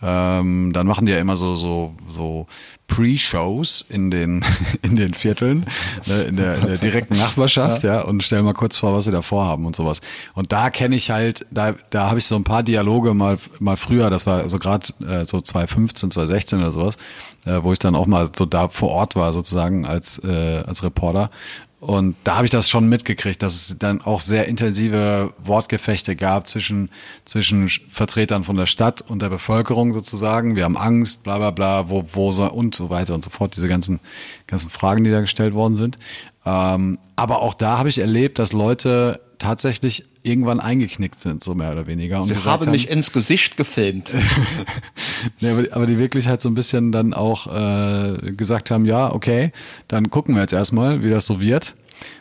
S4: ähm, dann machen die ja immer so, so, so Pre-Shows in den, in den Vierteln, ne, in, der, in der direkten Nachbarschaft, ja. und stellen mal kurz vor, was sie da vorhaben und sowas. Und da kenne ich halt, da, da habe ich so ein paar Dialoge mal, mal früher, das war also gerade äh, so 2015, 2016 oder sowas, äh, wo ich dann auch mal so da vor Ort war sozusagen als, äh, als Reporter. Und da habe ich das schon mitgekriegt, dass es dann auch sehr intensive Wortgefechte gab zwischen, zwischen Vertretern von der Stadt und der Bevölkerung sozusagen. Wir haben Angst, bla bla bla, wo, wo soll und so weiter und so fort, diese ganzen, ganzen Fragen, die da gestellt worden sind. Ähm, aber auch da habe ich erlebt, dass Leute tatsächlich irgendwann eingeknickt sind, so mehr oder weniger. Und
S3: Sie
S4: gesagt
S3: haben mich ins Gesicht gefilmt.
S4: Nee, aber, aber die wirklich halt so ein bisschen dann auch äh, gesagt haben, ja, okay, dann gucken wir jetzt erstmal, wie das so wird.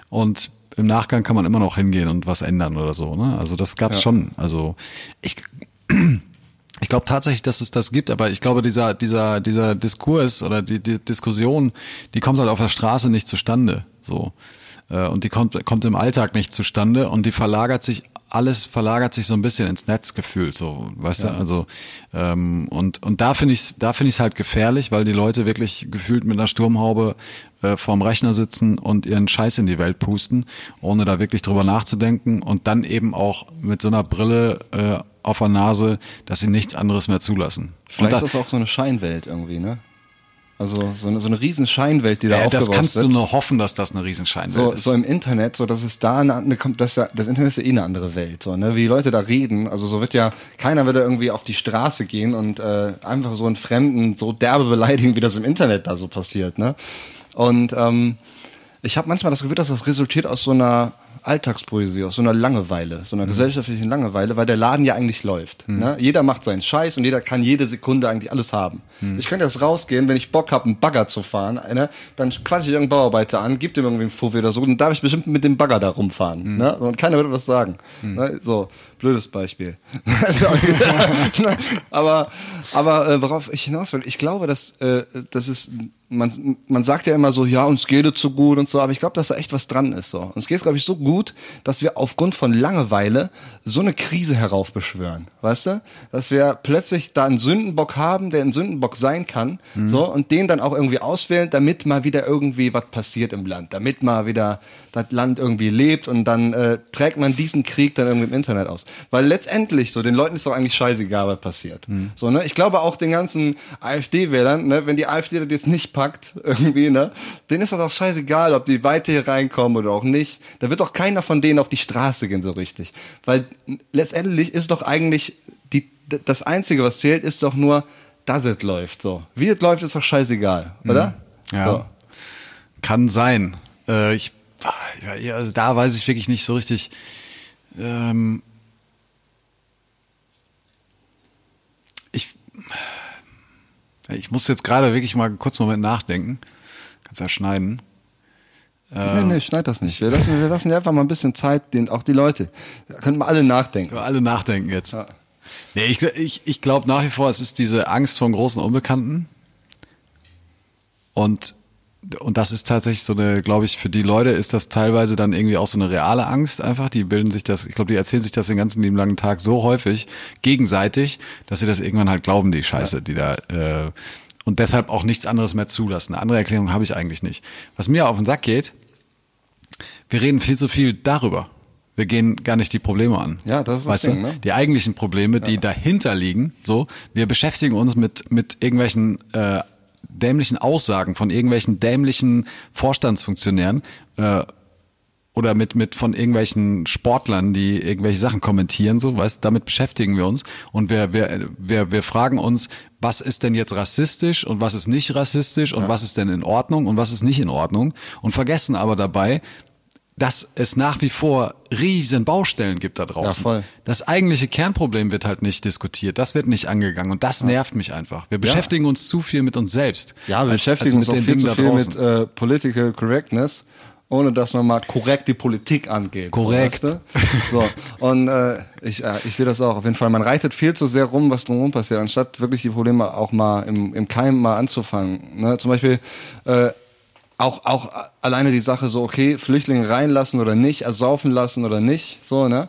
S4: Und im Nachgang kann man immer noch hingehen und was ändern oder so. Ne? Also das gab's schon. Also ich, ich glaube tatsächlich, dass es das gibt, aber ich glaube, dieser, dieser, dieser Diskurs oder die, die Diskussion, die kommt halt auf der Straße nicht zustande. So. Äh, Und die kommt, kommt im Alltag nicht zustande und die verlagert sich, alles verlagert sich so ein bisschen ins Netz gefühlt, so, weißt du, also, ähm, und, und da finde ich, da finde ich es halt gefährlich, weil die Leute wirklich gefühlt mit einer Sturmhaube äh, vorm Rechner sitzen und ihren Scheiß in die Welt pusten, ohne da wirklich drüber nachzudenken und dann eben auch mit so einer Brille, äh, auf der Nase, dass sie nichts anderes mehr zulassen.
S3: Vielleicht ist
S4: und
S3: das auch so eine Scheinwelt irgendwie, ne? Also so eine, so eine riesen Scheinwelt, die
S4: da,
S3: da
S4: äh,
S3: aufgebaut
S4: das kannst
S3: wird.
S4: du nur hoffen, dass das eine Riesenscheinwelt
S3: so,
S4: ist.
S3: so im Internet, so dass es da eine, eine kommt, das, das Internet ist ja eh eine andere Welt, so ne, wie die Leute da reden, also so wird ja keiner würde irgendwie auf die Straße gehen und äh, einfach so einen Fremden so derbe beleidigen, wie das im Internet da so passiert, ne? Und ähm, ich habe manchmal das Gefühl, dass das resultiert aus so einer Alltagspoesie, aus so einer Langeweile, so einer gesellschaftlichen Langeweile, weil der Laden ja eigentlich läuft. Ne? Jeder macht seinen Scheiß und jeder kann jede Sekunde eigentlich alles haben. Ich könnte jetzt rausgehen, wenn ich Bock habe, einen Bagger zu fahren, ne? dann quatsche ich irgendeinen Bauarbeiter an, gib dem irgendwie einen Fuffi oder so, dann darf ich bestimmt mit dem Bagger da rumfahren. Ne? Und keiner würde was sagen. Ne? So, blödes Beispiel. Also, ne? aber aber äh, worauf ich hinaus will, ich glaube, dass, äh, dass es man, man sagt ja immer so, ja, uns geht es so gut und so, aber ich glaube, dass da echt was dran ist. So. Uns geht es, glaube ich, so gut, dass wir aufgrund von Langeweile so eine Krise heraufbeschwören. Weißt du? Dass wir plötzlich da einen Sündenbock haben, der ein Sündenbock sein kann, so, und den dann auch irgendwie auswählen, damit mal wieder irgendwie was passiert im Land, damit mal wieder das Land irgendwie lebt und dann äh, trägt man diesen Krieg dann irgendwie im Internet aus. Weil letztendlich, so, den Leuten ist doch eigentlich scheißegal, was passiert. So, ne? Ich glaube auch den ganzen AfD-Wählern, ne, wenn die AfD das jetzt nicht packt, irgendwie, ne, denen ist das auch scheißegal, ob die weiter hier reinkommen oder auch nicht. Da wird doch keiner von denen auf die Straße gehen, so richtig. Weil letztendlich ist doch eigentlich die, das Einzige, was zählt, ist doch nur, dass es läuft, so. Wie es läuft, ist doch scheißegal, oder?
S4: Ja.
S3: So.
S4: Kann sein. Äh, ich, ja, also da weiß ich wirklich nicht so richtig. Ähm, ich, ich muss jetzt gerade wirklich mal kurz einen Moment nachdenken. Kannst ja schneiden.
S3: Nee, nee, schneid das nicht. Wir lassen, wir lassen dir einfach mal ein bisschen Zeit, den, auch die Leute. Da können wir alle nachdenken.
S4: Über alle nachdenken jetzt. Nee, ich ich, ich glaube nach wie vor, es ist diese Angst vor dem großen Unbekannten. Und, und das ist tatsächlich so eine, glaube ich, für die Leute ist das teilweise dann irgendwie auch so eine reale Angst einfach. Die bilden sich das, ich glaube, die erzählen sich das den ganzen lieben langen Tag so häufig gegenseitig, dass sie das irgendwann halt glauben, die Scheiße, die da, äh, und deshalb auch nichts anderes mehr zulassen. Eine andere Erklärung habe ich eigentlich nicht. Was mir auf den Sack geht, wir reden viel zu viel darüber. Wir gehen gar nicht die Probleme an.
S3: Ja, das ist das
S4: weißt
S3: Ding,
S4: du?
S3: ne?
S4: Die eigentlichen Probleme, die dahinter liegen, so, wir beschäftigen uns mit, mit irgendwelchen äh, dämlichen Aussagen von irgendwelchen dämlichen Vorstandsfunktionären äh, oder mit, mit von irgendwelchen Sportlern, die irgendwelche Sachen kommentieren, so, weißt, damit beschäftigen wir uns und wir, wir, wir, wir fragen uns, was ist denn jetzt rassistisch und was ist nicht rassistisch und was ist denn in Ordnung und was ist nicht in Ordnung und vergessen aber dabei, dass es nach wie vor riesen Baustellen gibt da draußen.
S3: Ja, voll.
S4: Das eigentliche Kernproblem wird halt nicht diskutiert, das wird nicht angegangen und das nervt mich einfach. Wir beschäftigen uns zu viel mit uns selbst.
S3: Ja, wir
S4: als-
S3: beschäftigen
S4: als
S3: uns auch
S4: den
S3: viel zu
S4: Dingen da
S3: viel
S4: draußen.
S3: mit äh, Political Correctness, ohne dass man mal korrekt die Politik angeht.
S4: Korrekt.
S3: So, weißt du? so. Und äh, ich, äh, ich sehe das auch auf jeden Fall. Man reitet viel zu sehr rum, was drumherum passiert, anstatt wirklich die Probleme auch mal im, im Keim mal anzufangen. Ne? Zum Beispiel äh, auch, auch alleine die Sache so, okay, Flüchtlinge reinlassen oder nicht, also saufen lassen oder nicht, so, ne?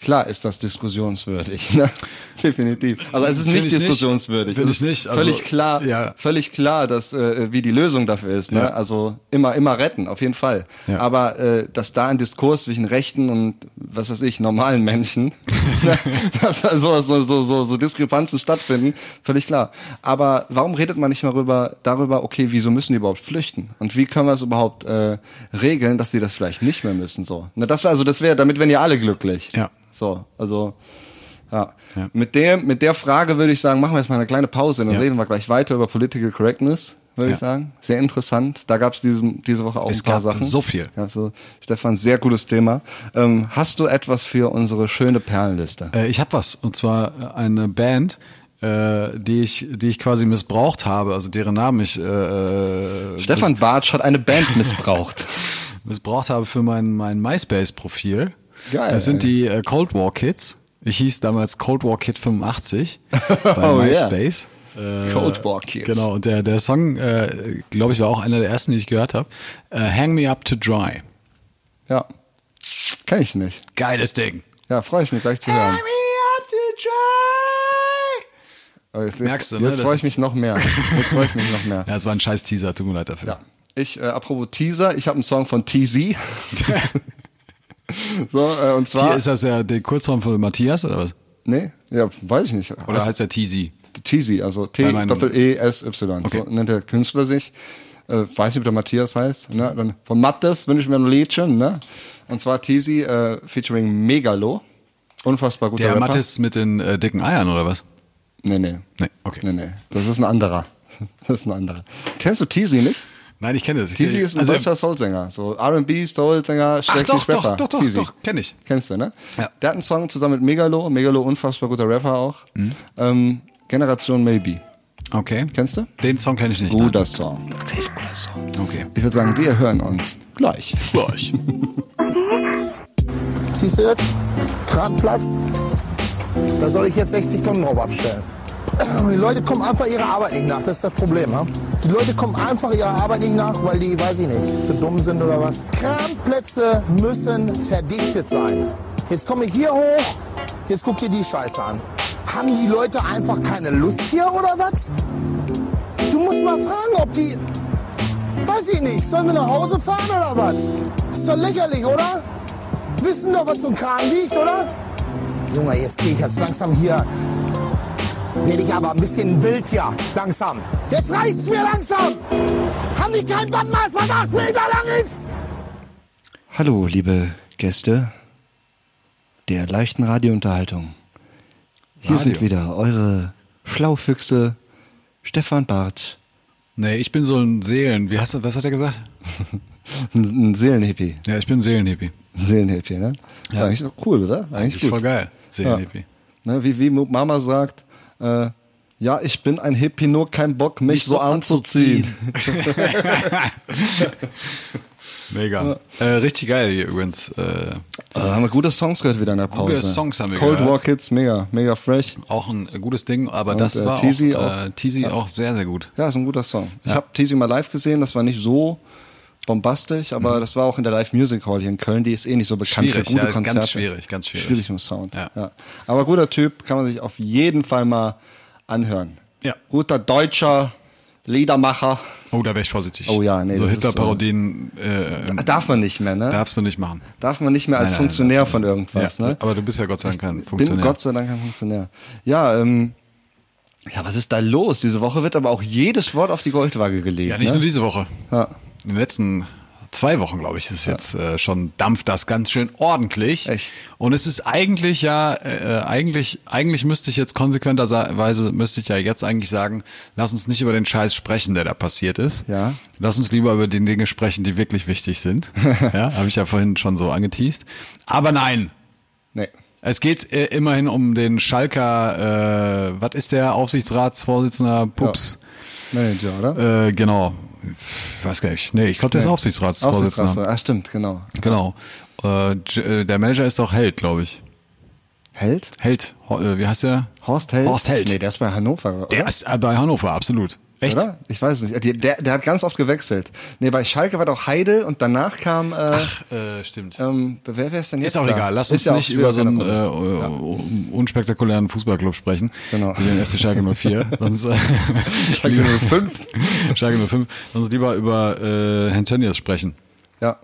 S3: Klar ist das diskussionswürdig, ne? Definitiv. Also es ist
S4: Find
S3: nicht
S4: ich nicht.
S3: diskussionswürdig.
S4: Find
S3: Es ist
S4: ich nicht. Also,
S3: völlig klar,
S4: ja.
S3: völlig klar, dass äh, wie die Lösung dafür ist. Ne?
S4: Ja.
S3: Also immer, immer retten, auf jeden Fall.
S4: Ja.
S3: Aber äh, dass da ein Diskurs zwischen Rechten und was weiß ich, normalen Menschen, ne? dass da so, so, so, so, so Diskrepanzen stattfinden, völlig klar. Aber warum redet man nicht mal darüber, darüber, okay, wieso müssen die überhaupt flüchten? Und wie können wir es überhaupt äh, regeln, dass sie das vielleicht nicht mehr müssen? So. Na, das wäre also das wäre, damit wären ja alle glücklich.
S4: Ja.
S3: So, also. Ja.
S4: Ja.
S3: Mit, der, mit der Frage würde ich sagen, machen wir jetzt mal eine kleine Pause und dann
S4: Ja.
S3: reden wir gleich weiter über Political Correctness, würde
S4: Ja.
S3: ich sagen. Sehr interessant. Da gab es diese, diese Woche auch
S4: Es
S3: ein paar
S4: gab
S3: Sachen.
S4: so viel.
S3: Ja, so, Stefan, sehr gutes Thema. Ähm, hast du etwas für unsere schöne Perlenliste?
S4: Äh, ich habe was und zwar äh, eine Band, äh, die ich, die ich quasi missbraucht habe, also deren Namen ich äh,
S3: Stefan Bartsch hat eine Band missbraucht.
S4: missbraucht habe für mein, mein MySpace-Profil.
S3: Geil,
S4: Das sind
S3: ey.
S4: die äh, Cold War Kids. Ich hieß damals Cold War Kid 85 bei
S3: Oh, yeah.
S4: MySpace. Äh,
S3: Cold War Kids.
S4: Genau, und der, der Song, äh, glaube ich, war auch einer der ersten, die ich gehört habe. Äh, Hang Me Up to Dry.
S3: Ja. Kenn ich nicht.
S4: Geiles Ding.
S3: Ja, freue ich mich gleich zu hören.
S4: up to dry.
S3: Aber Jetzt,
S4: Merkst du, ne?
S3: Jetzt
S4: Das
S3: freue ich
S4: ist-
S3: mich noch mehr. Jetzt freue ich mich noch mehr.
S4: Ja, es war ein scheiß Teaser, tut mir leid dafür.
S3: Ja. Ich, äh, apropos Teaser, ich habe einen Song von TZ. so, äh, und
S4: Hier
S3: zwar.
S4: ist das ja die Kurzform für Matthias oder was?
S3: nee, ja, weiß ich nicht.
S4: Oder heißt er Teasy?
S3: Teasy, also
S4: Bei meinem-
S3: T-E-S-Y.
S4: Okay.
S3: So nennt der Künstler sich. Äh, weiß nicht, ob der Matthias heißt. Ne? Dann von Mattes wünsche ich mir ein Liedchen. Ne? Und zwar Teasy äh, featuring Megalo. Unfassbar guter
S4: Der
S3: Rapper.
S4: Mattes mit den äh, dicken Eiern oder was?
S3: Nee, nee.
S4: Nee, okay.
S3: Nee, nee. Das ist ein anderer. Das ist ein anderer. Kennst du Teasy nicht?
S4: Nein, ich kenne das. Ich
S3: Teasy
S4: kenn-
S3: ist ein
S4: also,
S3: deutscher Soulsänger. So R&B, Soulsänger,
S4: doch,
S3: schrecklich
S4: doch,
S3: Rapper.
S4: doch, doch,
S3: Teasy.
S4: doch, kenn ich.
S3: Kennst du, ne?
S4: Ja.
S3: Der hat einen Song zusammen mit Megalo. Megalo, unfassbar guter Rapper auch. Ähm, Generation Maybe.
S4: Okay.
S3: Kennst du?
S4: Den Song kenne ich nicht.
S3: Guter Song. Richtig guter Song.
S4: nein. Okay.
S3: Ich würde sagen, wir hören uns gleich.
S4: Gleich.
S5: Siehst du das? Kranplatz. Da soll ich jetzt 60 Tonnen drauf abstellen. Und die Leute kommen einfach ihrer Arbeit nicht nach. Das ist das Problem. Ha? Die Leute kommen einfach ihrer Arbeit nicht nach, weil die, weiß ich nicht, zu dumm sind oder was. Kranplätze müssen verdichtet sein. Jetzt komme ich hier hoch. Jetzt guck dir die Scheiße an. Haben die Leute einfach keine Lust hier oder was? Du musst mal fragen, ob die. Weiß ich nicht. Sollen wir nach Hause fahren oder was? Ist doch lächerlich, oder? Wissen doch, was so ein Kran wiegt, oder? Junge, jetzt gehe ich jetzt langsam hier. Werde ich aber ein bisschen wild hier. Langsam. Jetzt reicht's mir langsam! Haben die kein Bandmaß, was acht Meter lang ist?
S3: Hallo, liebe Gäste der leichten Radiounterhaltung. Hier
S4: Radio.
S3: sind wieder eure Schlaufüchse Stefan Barth,
S4: Nee, ich bin so ein Seelen. Wie hast du, was hat er gesagt?
S3: ein, ein Seelenhippie.
S4: Ja, ich bin Seelenhippie.
S3: Seelenhippie, ne? Ja. Ist eigentlich cool, oder? Eigentlich
S4: Eigentlich
S3: gut.
S4: voll geil, Seelenhippie.
S3: Ja. Ne, wie, wie Mama sagt, äh, ja, ich bin ein Hippie, nur kein Bock, mich so anzuziehen.
S4: Mega. Äh, richtig geil hier übrigens. Äh,
S3: Äh, haben wir gute Songs gehört wieder in der Pause.
S4: Gute Songs haben wir
S3: Cold
S4: gehört.
S3: War Kids, mega, mega fresh.
S4: auch ein gutes Ding, aber
S3: Und,
S4: das
S3: äh,
S4: war
S3: Teasy
S4: auch,
S3: auch.
S4: Äh, Teasy auch sehr, sehr gut.
S3: Ja, ist ein guter Song. Ich habe Teasy mal live gesehen, das war nicht so bombastisch, aber das war auch in der Live Music Hall hier in Köln, die ist eh nicht so bekannt
S4: Mhm. Schwierig,
S3: für gute
S4: ja, ganz
S3: Konzerte.
S4: schwierig, ganz schwierig.
S3: Schwierig im Sound.
S4: Ja.
S3: Ja. Aber guter Typ, kann man sich auf jeden Fall mal anhören.
S4: Ja.
S3: Guter deutscher Liedermacher.
S4: Oh, da wäre ich vorsichtig.
S3: Oh ja, nee,
S4: So
S3: das ist,
S4: Hitler-Parodien äh, ähm,
S3: Darf man nicht mehr, ne?
S4: darfst du nicht machen.
S3: Darf man nicht mehr als
S4: Nein, nein,
S3: Funktionär
S4: darfst du
S3: von
S4: nicht.
S3: irgendwas,
S4: ja,
S3: ne?
S4: Aber du bist ja Gott sei Dank kein
S3: bin
S4: Funktionär.
S3: Gott sei Dank kein Funktionär. Ja, ähm, ja, was ist da los? Diese Woche wird aber auch jedes Wort auf die Goldwaage gelegt.
S4: ja, nicht
S3: ne?
S4: nur diese Woche.
S3: Ja.
S4: In den letzten zwei Wochen, glaube ich, ist jetzt äh, schon dampft das ganz schön ordentlich.
S3: Echt?
S4: Und es ist eigentlich ja, äh, eigentlich, eigentlich müsste ich jetzt konsequenterweise, müsste ich ja jetzt eigentlich sagen, lass uns nicht über den Scheiß sprechen, der da passiert ist.
S3: Ja.
S4: Lass uns lieber über die Dinge sprechen, die wirklich wichtig sind. ja, habe ich ja vorhin schon so angeteased. Aber nein,
S3: Nee.
S4: es geht äh, immerhin um den Schalker, äh, was ist der Aufsichtsratsvorsitzender Pups?
S3: Manager, oder?
S4: Äh, genau. Ich weiß gar nicht. Nee, ich glaube, der ist Aufsichtsratsvorsitzender.
S3: Aufsichtsratsvorsitzender. Ah, stimmt, genau.
S4: Genau. Äh, J- äh, der Manager ist doch Held, glaube ich.
S3: Held?
S4: Held, Ho- äh, wie heißt der?
S3: Horst Held?
S4: Horst Held.
S3: Nee, der ist bei Hannover, oder?
S4: Der ist äh, bei Hannover, absolut. Echt?
S3: Oder? Ich weiß nicht. Der, der, der hat ganz oft gewechselt. Nee, bei Schalke war doch Heidel und danach kam. Äh,
S4: Ach, äh, stimmt.
S3: ähm, wer wäre es denn jetzt?
S4: Ist auch
S3: da?
S4: egal, lass
S3: Ist
S4: uns
S3: ja auch
S4: nicht
S3: schwer,
S4: über so einen äh,
S3: keine Rolle.
S4: un- unspektakulären Fußballclub sprechen,
S3: Genau.
S4: wie den FC Schalke 04. Sonst, äh,
S3: Schalke
S4: lieber-
S3: 05.
S4: Schalke 05. Lass uns lieber über äh, Herrn Tönnies sprechen.
S3: Ja.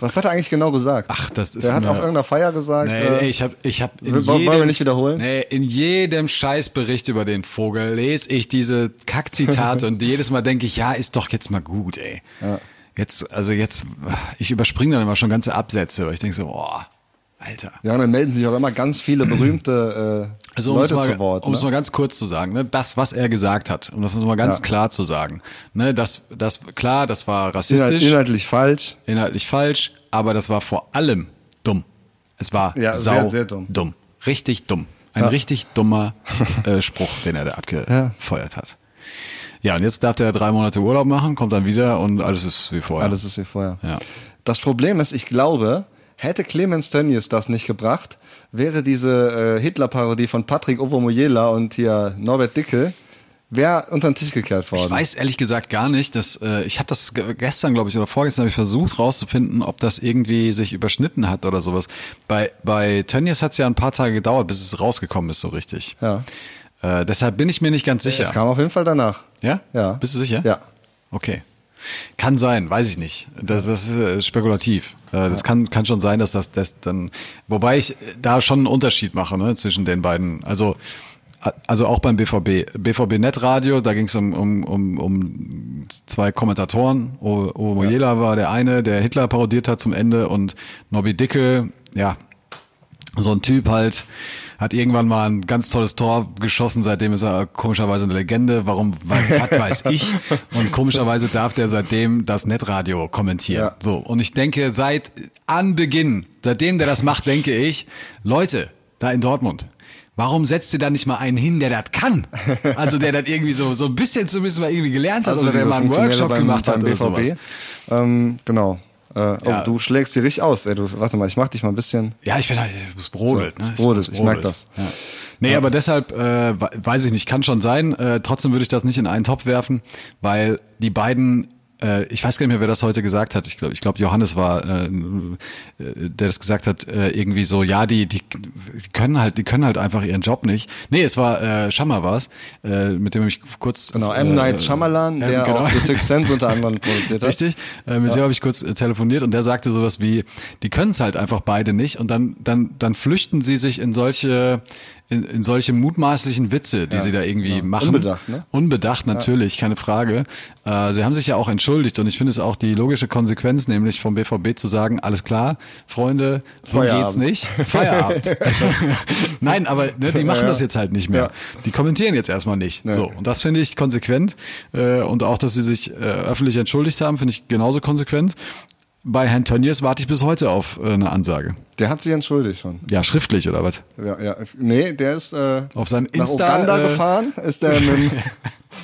S3: Was hat er eigentlich genau gesagt?
S4: Ach, das ist
S3: Der hat
S4: mir-
S3: auf irgendeiner Feier gesagt.
S4: Nee,
S3: äh,
S4: nee, ich habe ich hab in
S3: wollen- wollen wir nicht wiederholen?
S4: Nee, in jedem Scheißbericht über den Vogel lese ich diese Kackzitate und jedes Mal denke ich, ja, ist doch jetzt mal gut, ey. Jetzt, also jetzt, ich überspringe dann immer schon ganze Absätze, weil ich denke so, boah, Alter.
S3: Ja, und dann melden sich auch immer ganz viele berühmte äh,
S4: Also um,
S3: Leute
S4: es, mal,
S3: zu Wort.
S4: um es
S3: ne?
S4: mal ganz kurz zu sagen, ne, das, was er gesagt hat, um das mal ganz
S3: Ja.
S4: klar zu sagen, ne, das, das, klar, das war
S3: Inhalt,
S4: rassistisch,
S3: inhaltlich falsch.
S4: inhaltlich falsch, aber das war vor allem dumm. Es war
S3: Ja, sehr,
S4: sau
S3: sehr dumm.
S4: Richtig dumm. Ein
S3: Ja.
S4: richtig dummer äh, Spruch, den er da abgefeuert hat. Ja, und jetzt darf der drei Monate Urlaub machen, kommt dann wieder und alles ist wie vorher.
S3: Alles ist wie vorher.
S4: Ja.
S3: Das Problem ist, ich glaube, hätte Clemens Tönnies das nicht gebracht, wäre diese äh, Hitler-Parodie von Patrick Ovomoyela und hier Norbert Dicke, wäre unter den Tisch gekehrt worden.
S4: Ich weiß ehrlich gesagt gar nicht, dass äh, ich habe das ge- gestern, glaube ich, oder vorgestern habe ich versucht rauszufinden, ob das irgendwie sich überschnitten hat oder sowas. Bei bei Tönnies hat es ja ein paar Tage gedauert, bis es rausgekommen ist so richtig.
S3: Ja.
S4: Äh, deshalb bin ich mir nicht ganz sicher.
S3: Es kam auf jeden Fall danach.
S4: Ja?
S3: Ja.
S4: Bist du sicher?
S3: Ja.
S4: Okay. Kann sein, weiß ich nicht. Das, das ist äh, spekulativ. Äh, Das kann, kann schon sein, dass das, das dann. Wobei ich da schon einen Unterschied mache ne, zwischen den beiden. Also, a- also auch beim BVB. BVB Netradio, da ging es um, um, um, um zwei Kommentatoren. O- Omoyela war der eine, der Hitler parodiert hat zum Ende und Nobby Dicke, ja, so ein Typ halt, hat irgendwann mal ein ganz tolles Tor geschossen, seitdem ist er komischerweise eine Legende, warum, was, was weiß ich. Und komischerweise darf der seitdem das Netradio kommentieren.
S3: Ja.
S4: So. Und ich denke, seit Anbeginn, seitdem der das macht, denke ich, Leute, da in Dortmund, warum setzt ihr da nicht mal einen hin, der das kann? Also der das irgendwie so, so ein bisschen zumindest mal irgendwie gelernt hat
S3: Also
S4: oder der
S3: diese
S4: mal einen
S3: Funktionäre
S4: Workshop
S3: beim-
S4: gemacht hat
S3: beim
S4: oder
S3: BVB.
S4: sowas.
S3: Ähm, genau. Äh,
S4: Ja.
S3: oh, du schlägst die richtig aus. Ey, du, warte mal, ich mach dich mal ein bisschen.
S4: Ja, ich bin halt, es brodelt.
S3: So,
S4: ne?
S3: es brodelt, ich merk das.
S4: Ja. Nee, aber deshalb, äh, we- weiß ich nicht, kann schon sein. Äh, trotzdem würde ich das nicht in einen Topf werfen, weil die beiden, äh, ich weiß gar nicht mehr, wer das heute gesagt hat. Ich glaube, ich glaub, Johannes war, äh, äh, der das gesagt hat, äh, irgendwie so, ja, die, die, die können halt, die können halt einfach ihren Job nicht. Nee, es war äh, Schammer war's, äh, mit dem ich kurz...
S3: Genau, M. Night Shyamalan,
S4: ähm,
S3: der
S4: genau.
S3: auch The Sixth Sense unter anderem produziert hat.
S4: Richtig. Äh, mit dem habe ich kurz äh, telefoniert und der sagte sowas wie, die können es halt einfach beide nicht und dann, dann, dann flüchten sie sich in solche, in, in solche mutmaßlichen Witze, die sie da irgendwie machen.
S3: Unbedacht, ne?
S4: Unbedacht, natürlich, keine Frage. Äh, sie haben sich ja auch entschuldigt und ich finde es auch die logische Konsequenz, nämlich vom BVB zu sagen, alles klar, Freunde, so
S3: Feierabend.
S4: geht's nicht. Feierabend. Nein, aber ne, die machen
S3: Ja.
S4: das jetzt halt nicht mehr.
S3: Ja.
S4: Die kommentieren jetzt erstmal nicht. So, und das finde ich konsequent. Äh, und auch, dass sie sich äh, öffentlich entschuldigt haben, finde ich genauso konsequent. Bei Herrn Tönnies warte ich bis heute auf äh, eine Ansage.
S3: Der hat sich entschuldigt schon.
S4: Ja, schriftlich oder was?
S3: Ja, ja. Nee, der ist äh,
S4: Auf seinem
S3: nach
S4: Insta,
S3: Uganda
S4: äh,
S3: gefahren, ist der mit, dem-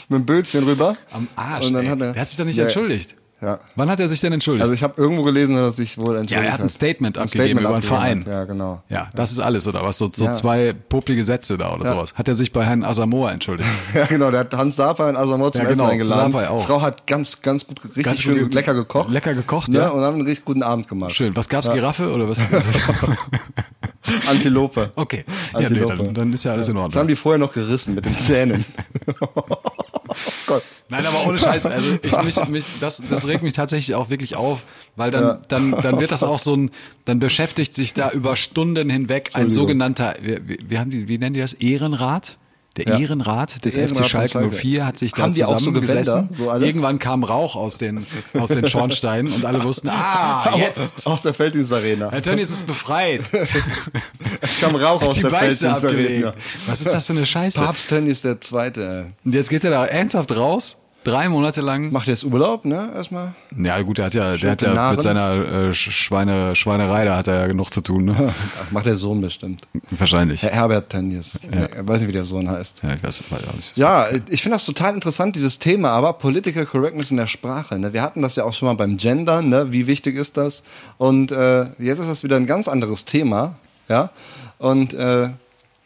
S3: mit dem Bötchen rüber.
S4: Am Arsch.
S3: Und dann
S4: ey.
S3: hat er,
S4: der hat sich doch nicht
S3: Ja,
S4: entschuldigt.
S3: Ja.
S4: Wann hat er sich denn entschuldigt?
S3: Also ich habe irgendwo gelesen, dass er sich wohl entschuldigt
S4: ja, er hat ein Statement
S3: Ein
S4: abgegeben über einen
S3: abgegeben
S4: Verein.
S3: hat, Ja, genau.
S4: Ja, das ist alles, oder was? So, so
S3: Ja.
S4: zwei poplige Sätze da oder
S3: Ja.
S4: sowas. Hat er sich bei Herrn Asamoah entschuldigt?
S3: Ja, genau, der hat Hans Sapai und Asamoah zum
S4: Ja, genau,
S3: Essen eingeladen.
S4: Sapai auch.
S3: Frau hat ganz, ganz gut, richtig
S4: Ganz
S3: schön
S4: gut-
S3: lecker gekocht. Ne?
S4: lecker gekocht, ja.
S3: Und haben einen richtig guten Abend gemacht.
S4: Schön. Was gab's? Giraffe oder was?
S3: Antilope.
S4: Okay. Ja, nee,
S3: Antilope.
S4: dann, dann ist ja alles in
S3: Das haben
S4: Ordnung.
S3: die vorher noch gerissen mit den Zähnen. oh Gott.
S4: Nein, aber ohne Scheiß. Also ich, mich, mich, das, das regt mich tatsächlich auch wirklich auf, weil dann,
S3: Ja.
S4: dann, dann wird das auch so ein, dann beschäftigt sich da über Stunden hinweg ein sogenannter, wir, wir- wir haben die, wie nennen die das? Ehrenrat? Der
S3: Ja.
S4: Ehrenrat des
S3: Der Ehrenrat
S4: FC
S3: von
S4: Schalke
S3: Schalke.
S4: 04 hat sich da
S3: Haben die auch so
S4: zusammengesessen.
S3: Gewänder, so alle?
S4: Irgendwann kam Rauch aus den, aus den Schornsteinen und alle wussten, ah, jetzt!
S3: Aus der Felddienstarena.
S4: Herr Tönnies ist befreit.
S3: Es kam Rauch aus
S4: Die
S3: der
S4: Beiße
S3: Felddienstarena.
S4: abgelegt. Was ist das für eine Scheiße?
S3: Papst Tönnies der Zweite. ey.
S4: Und jetzt geht er da ernsthaft raus, drei Monate lang.
S3: Macht jetzt Urlaub, ne? Erstmal.
S4: Ja, gut, der hat ja, der hat
S3: den
S4: ja
S3: Narren.
S4: mit seiner äh, Schweine, Schweinerei, da hat er ja genug zu tun, ne?
S3: Ach, macht der Sohn bestimmt.
S4: Wahrscheinlich.
S3: Herr Herbert Tönnies. Ich weiß nicht, wie der Sohn heißt.
S4: Ja, ich weiß, weiß auch nicht.
S3: Ja, ich finde das total interessant, dieses Thema, aber Political Correctness in der Sprache. Ne? Wir hatten das ja auch schon mal beim Gendern, ne? wie wichtig ist das? Und äh, jetzt ist das wieder ein ganz anderes Thema. Ja? Und äh,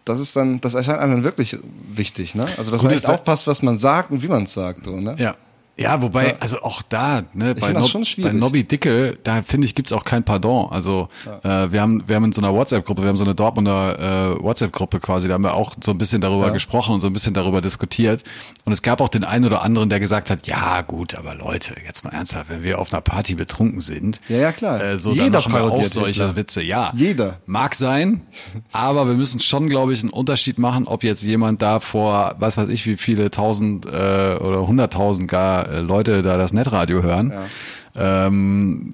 S3: das ist dann, das erscheint einem dann wirklich wichtig, ne? Also dass
S4: Gut,
S3: man
S4: ist
S3: echt
S4: da-
S3: aufpasst, was man sagt und wie man es sagt. So, ne?
S4: Ja. Ja, wobei,
S3: Ja.
S4: also auch da, ne, bei,
S3: find das
S4: Nob,
S3: schon schwierig.
S4: bei Nobby Dicke, da finde ich, gibt's auch kein Pardon. Also äh, wir haben, wir haben in so einer WhatsApp-Gruppe, wir haben so eine Dortmunder äh, WhatsApp-Gruppe quasi, da haben wir auch so ein bisschen darüber gesprochen und so ein bisschen darüber diskutiert. Und es gab auch den einen oder anderen, der gesagt hat, ja gut, aber Leute, jetzt mal ernsthaft, wenn wir auf einer Party betrunken sind,
S3: Ja, ja, klar.
S4: Äh, so,
S3: Jeder
S4: dann machen wir auch
S3: parodiert
S4: solche
S3: Hitler.
S4: Witze, ja.
S3: Jeder.
S4: Mag sein, aber wir müssen schon, glaube ich, einen Unterschied machen, ob jetzt jemand da vor, was weiß ich, wie viele tausend äh, oder hunderttausend gar äh, Leute da das Netradio hören ähm,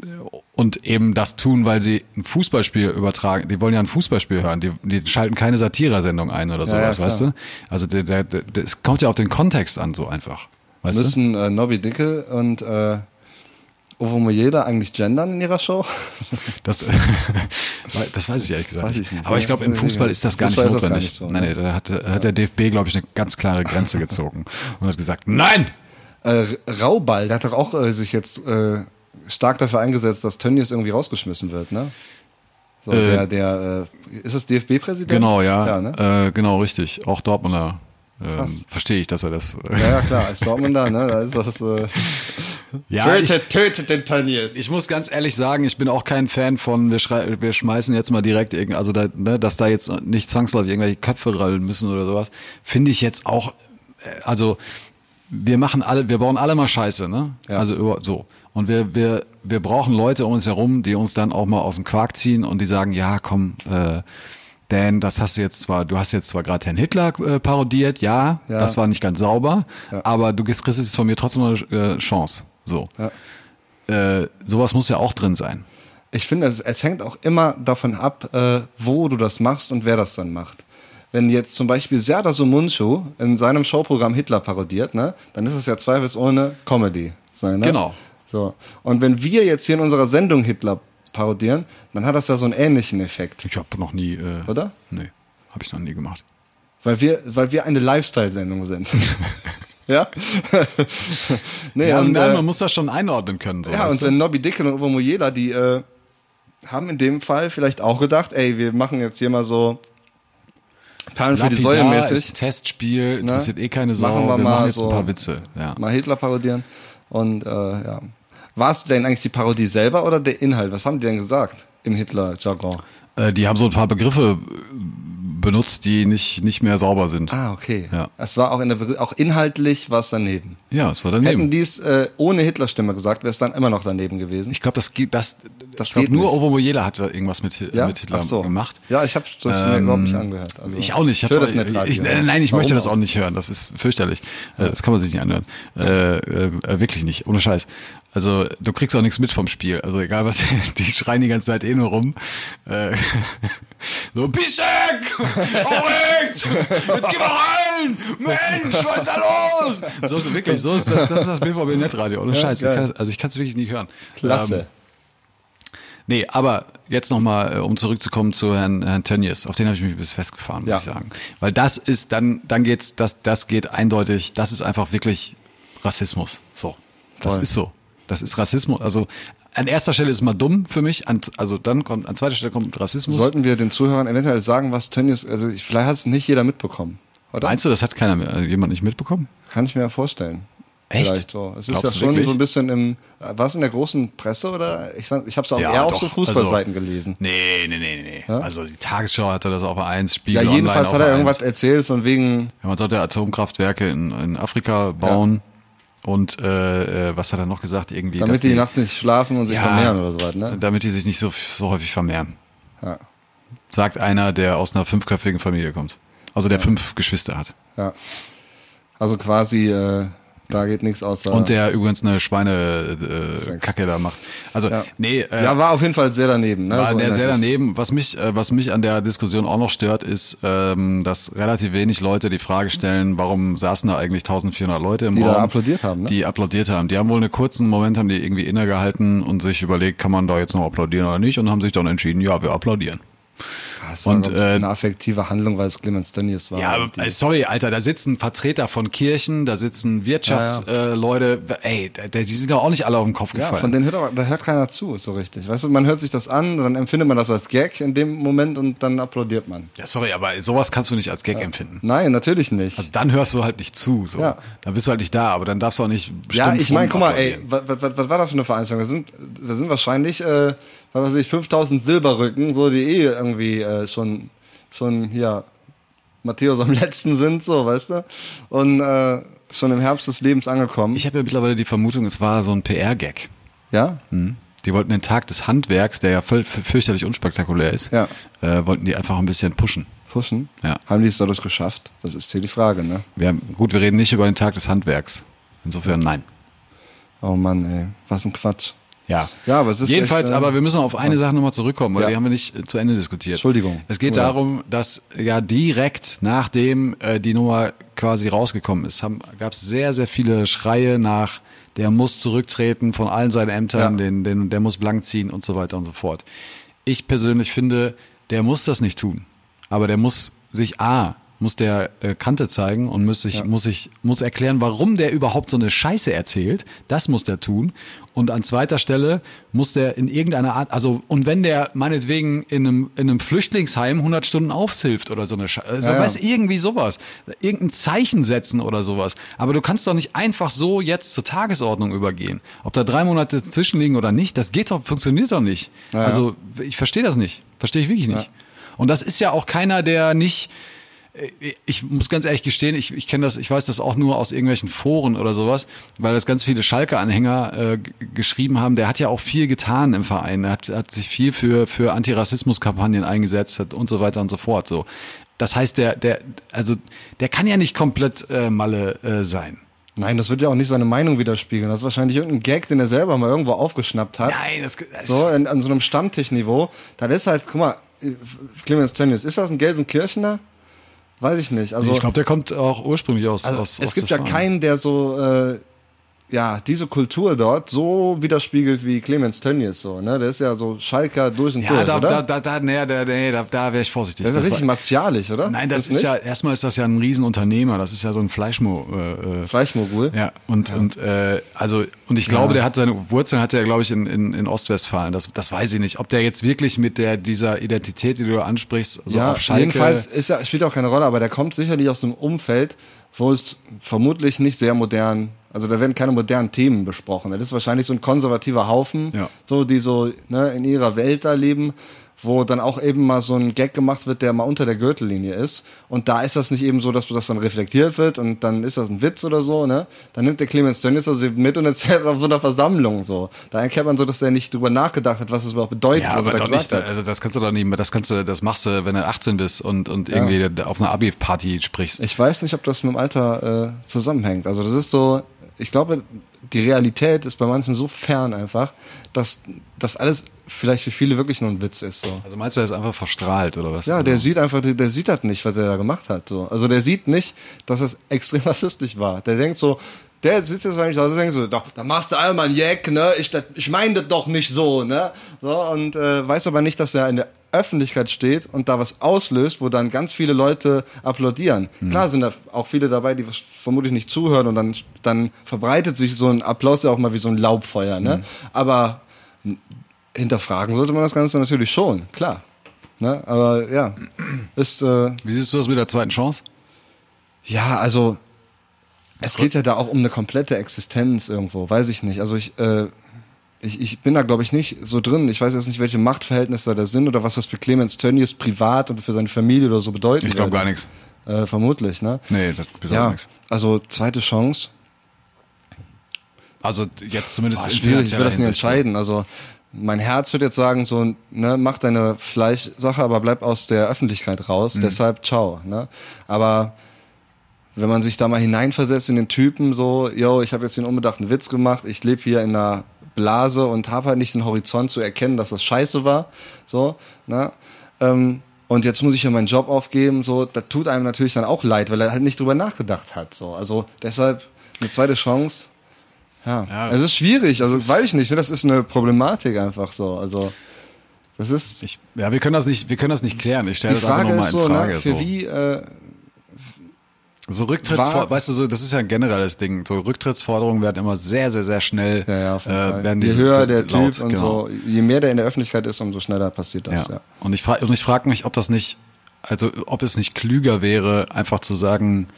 S4: und eben das tun, weil sie ein Fußballspiel übertragen. Die wollen ja ein Fußballspiel hören, die, die schalten keine Satirersendung ein oder sowas,
S3: ja,
S4: weißt
S3: klar.
S4: du? Also der- der- der- es kommt ja auf den Kontext an, so einfach. Weißt du?
S3: Müssen äh, Nobby Dickel und äh, Ovo Mojeda eigentlich gendern in ihrer Show?
S4: Das, das weiß ich ehrlich gesagt
S3: Weiß
S4: nicht.
S3: ich nicht.
S4: Aber ich glaube, im
S3: Nee,
S4: Fußball
S3: nee.
S4: ist das gar
S3: Fußball
S4: nicht
S3: ist das
S4: notwendig.
S3: gar nicht so,
S4: nein, nee, da hat, äh, hat der DFB, glaube ich, eine ganz klare Grenze gezogen und hat gesagt, nein!
S3: Äh, Rauball, der hat doch auch äh, sich jetzt äh, stark dafür eingesetzt, dass Tönnies irgendwie rausgeschmissen wird, ne? So,
S4: Äh,
S3: der, der, äh, ist das DFB-Präsident?
S4: Genau, ja.
S3: Ja, ne?
S4: äh, genau, richtig. Auch Dortmunder. Ähm,
S3: Krass.
S4: Verstehe ich, dass er das. äh,
S3: ja, ja, klar, als Dortmunder, ne? Da ist das, äh,
S4: Ja, ich,
S3: tötet, tötet den Tönnies.
S4: ich muss ganz ehrlich sagen, ich bin auch kein Fan von, wir, schrei wir schmeißen jetzt mal direkt, irgend- also da, ne, dass da jetzt nicht zwangsläufig irgendwelche Köpfe rallen müssen oder sowas, finde ich jetzt auch, äh, also wir machen alle, wir bauen alle mal Scheiße, ne? Also über, so. Und wir, wir, wir brauchen Leute um uns herum, die uns dann auch mal aus dem Quark ziehen und die sagen, ja, komm, äh, Dan, das hast du jetzt zwar, du hast jetzt zwar gerade Herrn Hitler äh, parodiert, ja,
S3: Ja.
S4: das war nicht ganz sauber, aber du kriegst kriegst jetzt von mir trotzdem noch eine äh, Chance. So. Äh, sowas muss ja auch drin sein.
S3: Ich finde, es, es hängt auch immer davon ab, äh, wo du das machst und wer das dann macht. Wenn jetzt zum Beispiel Serdar Somuncu in seinem Showprogramm Hitler parodiert, ne, dann ist es ja zweifelsohne Comedy. Sein, ne?
S4: Genau.
S3: So. Und wenn wir jetzt hier in unserer Sendung Hitler parodieren, dann hat das ja so einen ähnlichen Effekt.
S4: Ich habe noch nie. Äh,
S3: Oder?
S4: Nee, habe ich noch nie gemacht.
S3: Weil wir, weil wir eine Lifestyle-Sendung sind. ja? nee,
S4: Ja,
S3: und,
S4: nein,
S3: äh,
S4: man muss das schon einordnen können. So,
S3: Ja,
S4: weißt
S3: und
S4: du?
S3: wenn Nobby Dickel und Uwe Mojela, die äh, haben in dem Fall vielleicht auch gedacht, ey, wir machen jetzt hier mal so Perlen für die
S4: Lapidar
S3: Säule
S4: ist ein
S3: mäßig.
S4: Testier,
S3: ne?
S4: interessiert eh keine Sau.
S3: Machen wir, mal
S4: machen jetzt
S3: so
S4: ein paar Witze. Ja.
S3: Mal Hitler parodieren. Und äh, ja. Warst du denn eigentlich die Parodie selber oder der Inhalt? Was haben die denn gesagt im Hitler-Jargon?
S4: Äh, die haben so ein paar Begriffe äh, benutzt, die nicht, nicht mehr sauber sind.
S3: Ah, okay.
S4: Ja.
S3: Es war auch, in der, Begr- auch inhaltlich was daneben.
S4: Ja, es war daneben.
S3: Hätten die es äh, ohne Hitler-Stimme gesagt, wäre es dann immer noch daneben gewesen.
S4: ich glaube, das geht, das,
S3: Das
S4: ich glaub,
S3: geht
S4: nur
S3: nicht.
S4: Ovo Mojela hat irgendwas mit, Hi-
S3: ja?
S4: mit Hitler
S3: Ach so.
S4: gemacht. Ähm,
S3: Ja, ich habe das mir überhaupt nicht angehört. Also,
S4: Ich auch nicht. Ich,
S3: höre
S4: hab's
S3: das
S4: auch,
S3: nicht
S4: ich, ich,
S3: Radio.
S4: nein, nein, ich
S3: Warum
S4: möchte das
S3: auch?
S4: auch nicht hören. Das ist fürchterlich. Äh, Das kann man sich nicht anhören. Äh, äh, äh, wirklich nicht. Ohne Scheiß. Also du kriegst auch nichts mit vom Spiel. Also egal was, die schreien die ganze Zeit eh nur rum. Äh, so, Bissek! Verrückt! Jetzt geh mal rein! Mensch, was ist da los? So ist es wirklich, so ist das, das ist das BVB Netradio. Ohne Scheiß. Ich
S3: geil.
S4: kann das, also ich kann es wirklich nicht hören.
S3: Klasse.
S4: Ähm, Nee, aber jetzt nochmal, um zurückzukommen zu Herrn, Herrn Tönnies, auf den habe ich mich bis festgefahren, muss
S3: Ja.
S4: ich sagen. Weil das ist, dann, dann geht's, das, das geht eindeutig, das ist einfach wirklich Rassismus. So. Das
S3: Voll.
S4: ist so. Das ist Rassismus. Also an erster Stelle ist mal dumm für mich, an, also dann kommt, an zweiter Stelle kommt Rassismus.
S3: Sollten wir den Zuhörern eventuell sagen, was Tönnies, also ich- vielleicht hat es nicht jeder mitbekommen, oder?
S4: Meinst du, das hat keiner, mehr- äh, jemand nicht mitbekommen?
S3: Kann ich mir ja vorstellen.
S4: Echt?
S3: Vielleicht so. Es ist
S4: Glaubst
S3: ja
S4: du
S3: schon
S4: wirklich?
S3: so ein bisschen im, äh, war es in der großen Presse oder? Ich, fand- ich habe es auch eher auf so
S4: doch.
S3: Fußballseiten
S4: also,
S3: gelesen.
S4: Nee, nee, nee, nee. Also die Tagesschau hatte das auf 1, Spiegel
S3: Ja, jedenfalls
S4: Online
S3: hat
S4: auf
S3: er
S4: A1.
S3: irgendwas erzählt von wegen,
S4: Ja, man sollte Atomkraftwerke in, in Afrika bauen. Und äh, äh, was hat er noch gesagt? Irgendwie, dass
S3: damit die, nachts nicht schlafen und sich
S4: Ja,
S3: vermehren oder so weiter, ne?
S4: Damit die sich nicht so, so häufig vermehren.
S3: Ja.
S4: Sagt einer, der aus einer fünfköpfigen Familie kommt. Also der fünf Geschwister hat.
S3: Ja. Also quasi, äh, da geht nichts außer.
S4: Und der übrigens eine Schweinekacke äh,
S3: Sex.
S4: Kacke da macht. Also,
S3: ja.
S4: nee, äh,
S3: ja, war auf jeden Fall sehr daneben, ne?
S4: war
S3: So
S4: der sehr
S3: inhaltlich.
S4: daneben. Was mich, äh, was mich an der Diskussion auch noch stört, ist, ähm, dass relativ wenig Leute die Frage stellen, warum saßen da eigentlich 1400 Leute im
S3: Die
S4: Raum?
S3: da applaudiert haben, ne?
S4: Die applaudiert haben. Die haben wohl einen kurzen Moment, haben die irgendwie innegehalten und sich überlegt, kann man da jetzt noch applaudieren oder nicht und haben sich dann entschieden, ja, wir applaudieren.
S3: es
S4: Und,
S3: war glaub ich,
S4: äh,
S3: eine affektive Handlung, weil es Clemens Tönnies war.
S4: Ja,
S3: Und die-
S4: aber, äh, sorry, Alter, da sitzen Vertreter von Kirchen, da sitzen Wirtschaftsleute, ey, da- da- die sind doch auch nicht alle auf den Kopf
S3: ja,
S4: gefallen.
S3: von denen hört, aber- da hört keiner zu, so richtig. Weißt du, man hört sich das an, dann empfindet man das als Gag in dem Moment und dann applaudiert man.
S4: ja, sorry, aber sowas kannst du nicht als Gag empfinden.
S3: Nein, natürlich nicht.
S4: Also dann hörst du halt nicht zu, so.
S3: Ja.
S4: Dann bist du halt nicht da, aber dann darfst du auch nicht
S3: ja,
S4: stumpf
S3: ich meine, guck mal, ey,
S4: rumapplaudieren.
S3: was, was, was war das für eine Veranstaltung? Da sind, da sind wahrscheinlich, äh, was weiß ich, 5000 Silberrücken, so die eh irgendwie äh, schon, schon hier Matthäus am letzten sind, so, weißt du? Und äh, schon im Herbst des Lebens angekommen.
S4: Ich habe ja mittlerweile die Vermutung, es war so ein PR-Gag.
S3: ja?
S4: Mhm. Die wollten den Tag des Handwerks, der ja voll, fürchterlich unspektakulär ist,
S3: Ja.
S4: äh, wollten die einfach ein bisschen pushen.
S3: Pushen?
S4: Ja.
S3: Haben die es dadurch geschafft? Das ist hier die Frage, ne?
S4: Wir haben, gut, wir reden nicht über den Tag des Handwerks. Insofern nein.
S3: Oh Mann, ey, was ein Quatsch.
S4: Ja.
S3: Ja, aber es ist
S4: Jedenfalls,
S3: echt, äh,
S4: aber wir müssen auf eine Sache nochmal zurückkommen, weil
S3: Ja.
S4: die haben wir nicht äh, zu Ende diskutiert.
S3: Entschuldigung.
S4: Es geht
S3: Tut mir leid.
S4: darum, dass ja direkt nachdem äh, die Nummer quasi rausgekommen ist, gab es sehr, sehr viele Schreie nach, der muss zurücktreten von allen seinen Ämtern,
S3: Ja.
S4: den, den, der muss blank ziehen und so weiter und so fort. Ich persönlich finde, der muss das nicht tun. Aber der muss sich A, muss der äh, Kante zeigen und muss sich, muss sich, muss erklären, warum der überhaupt so eine Scheiße erzählt. Das muss der tun. Und an zweiter Stelle muss der in irgendeiner Art, also, und wenn der meinetwegen in einem, in einem Flüchtlingsheim 100 Stunden aufhilft oder so eine Scheiße, also,
S3: Ja, ja.
S4: weißt du, irgendwie sowas, irgendein Zeichen setzen oder sowas. Aber du kannst doch nicht einfach so jetzt zur Tagesordnung übergehen. Ob da drei Monate dazwischen liegen oder nicht, das geht doch, funktioniert doch nicht.
S3: ja.
S4: Also, ich verstehe das nicht. Verstehe ich wirklich nicht. Und das ist ja auch keiner, der nicht, ich muss ganz ehrlich gestehen, ich, ich kenne das, ich weiß das auch nur aus irgendwelchen Foren oder sowas, weil das ganz viele Schalke-Anhänger äh, g- geschrieben haben. Der hat ja auch viel getan im Verein, er hat, hat sich viel für, für Antirassismus-Kampagnen eingesetzt hat und so weiter und so fort. So, das heißt, der, der, also der kann ja nicht komplett äh, Malle äh, sein.
S3: Nein, das wird ja auch nicht seine Meinung widerspiegeln. Das ist wahrscheinlich irgendein Gag, den er selber mal irgendwo aufgeschnappt hat.
S4: Nein, das- das-
S3: so in, an so einem Stammtischniveau. Dann ist halt, guck mal, äh, Clemens Tönnies, ist das ein Gelsenkirchener? Weiß ich nicht. Also,
S4: ich glaube, der kommt auch ursprünglich aus.
S3: also
S4: aus
S3: es
S4: aus
S3: gibt ja
S4: Westfalen.
S3: keinen, der so äh, ja diese Kultur dort so widerspiegelt wie Clemens Tönnies so. Ne, der ist ja so Schalker durch und
S4: Ja,
S3: durch,
S4: da,
S3: oder?
S4: da, da, da, nee, da, nee, da, da wäre ich vorsichtig.
S3: das ist ja
S4: Das
S3: richtig
S4: war-
S3: martialisch, oder?
S4: Nein, das
S3: Ist
S4: ist
S3: nicht?
S4: ja, erstmal ist das ja ein Riesenunternehmer, das ist ja so ein Fleischmo. Äh, äh,
S3: Fleischmogul.
S4: Ja, und, und äh, also, und ich glaube, der hat seine Wurzeln hatte er, glaube ich, in, in, in Ostwestfalen. Das, das weiß ich nicht. Ob der jetzt wirklich mit der dieser Identität, die du ansprichst, so
S3: ja,
S4: auf Schalke.
S3: jedenfalls ist er, spielt auch keine Rolle, aber der kommt sicherlich aus einem Umfeld, wo es vermutlich nicht sehr modern, also da werden keine modernen Themen besprochen. Das ist wahrscheinlich so ein konservativer Haufen,
S4: Ja.
S3: so die so ne, in ihrer Welt da leben, wo dann auch eben mal so ein Gag gemacht wird, der mal unter der Gürtellinie ist. Und da ist das nicht eben so, dass das dann reflektiert wird und dann ist das ein Witz oder so, ne? Dann nimmt der Clemens Tönnies das eben mit und erzählt auf so einer Versammlung so. Da erkennt man so, dass er nicht drüber nachgedacht hat, was das überhaupt bedeutet,
S4: ja,
S3: was
S4: aber
S3: er da
S4: doch
S3: gesagt
S4: nicht,
S3: hat.
S4: also das kannst du doch nicht, mehr- das kannst du, das machst du, wenn du 18 bist und, und irgendwie auf einer Abi-Party sprichst.
S3: Ich weiß nicht, ob das mit dem Alter äh, zusammenhängt. Also das ist so, ich glaube, die Realität ist bei manchen so fern einfach, dass das alles vielleicht für viele wirklich nur ein Witz ist. So.
S4: Also meinst du, er ist einfach verstrahlt oder was?
S3: Ja, der sieht einfach, der, der sieht halt nicht, was er da gemacht hat. So. Also der sieht nicht, dass das extrem rassistisch war. Der denkt so, der sitzt jetzt wahrscheinlich da und denkt so, da, da machst du einmal einen Jack, ne? Ich, das- ich meine das doch nicht so, ne? So, und äh, weiß aber nicht, dass er in der Öffentlichkeit steht und da was auslöst, wo dann ganz viele Leute applaudieren. Klar sind da auch viele dabei, die vermutlich nicht zuhören und dann, dann verbreitet sich so ein Applaus ja auch mal wie so ein Laubfeuer, ne? Aber hinterfragen sollte man das Ganze natürlich schon, klar. Ne? Aber ja, ist äh,
S4: Wie siehst du das mit der zweiten Chance?
S3: ja, also es geht ja da auch um eine komplette Existenz irgendwo, weiß ich nicht. Also ich, äh, ich, ich bin da glaube ich nicht so drin. Ich weiß jetzt nicht, welche Machtverhältnisse da sind oder was das für Clemens Tönnies privat und für seine Familie oder so bedeuten
S4: Ich glaub
S3: würde.
S4: gar nichts.
S3: Äh, vermutlich, ne?
S4: Nee, das bedeutet
S3: ja,
S4: nichts.
S3: also zweite Chance.
S4: Also jetzt zumindest
S3: Boah,
S4: in
S3: schwierig, ich will
S4: finanzieller
S3: das nicht
S4: Hinsicht ne?
S3: entscheiden.
S4: so.
S3: Also mein Herz wird jetzt sagen, so, ne, mach deine Fleischsache, aber bleib aus der Öffentlichkeit raus.
S4: Mhm.
S3: Deshalb ciao. Ne? Aber wenn man sich da mal hineinversetzt in den Typen, so, yo, ich habe jetzt den unbedachten Witz gemacht, ich lebe hier in einer Blase und habe halt nicht den Horizont zu erkennen, dass das scheiße war. So, ne? Ähm, und jetzt muss ich ja meinen Job aufgeben, so, das tut einem natürlich dann auch leid, weil er halt nicht drüber nachgedacht hat. So. Also deshalb eine zweite Chance. Ja.
S4: Ja.
S3: es ist schwierig, also weiß ich nicht, das ist eine Problematik einfach so. Also das Das ist
S4: Ich, ja, wir können das nicht, wir können das nicht klären. Ich stelle
S3: die
S4: das einfach
S3: Frage
S4: nochmal
S3: ist
S4: in
S3: so,
S4: Frage.
S3: ne, für
S4: so.
S3: wie äh,
S4: So
S3: War-
S4: Rücktrittsforderungen, weißt du, so, das ist ja ein generelles Ding. So Rücktrittsforderungen werden immer sehr, sehr, sehr schnell. äh,
S3: ja, ja, auf jeden Fall.
S4: werden
S3: je
S4: die-
S3: höher der
S4: sind
S3: Typ
S4: laut,
S3: und
S4: genau.
S3: so, je mehr der in der Öffentlichkeit ist, umso schneller passiert
S4: Ja.
S3: das. Ja.
S4: Und ich frage, und ich frage mich, ob das nicht, also ob es nicht klüger wäre, einfach zu sagen,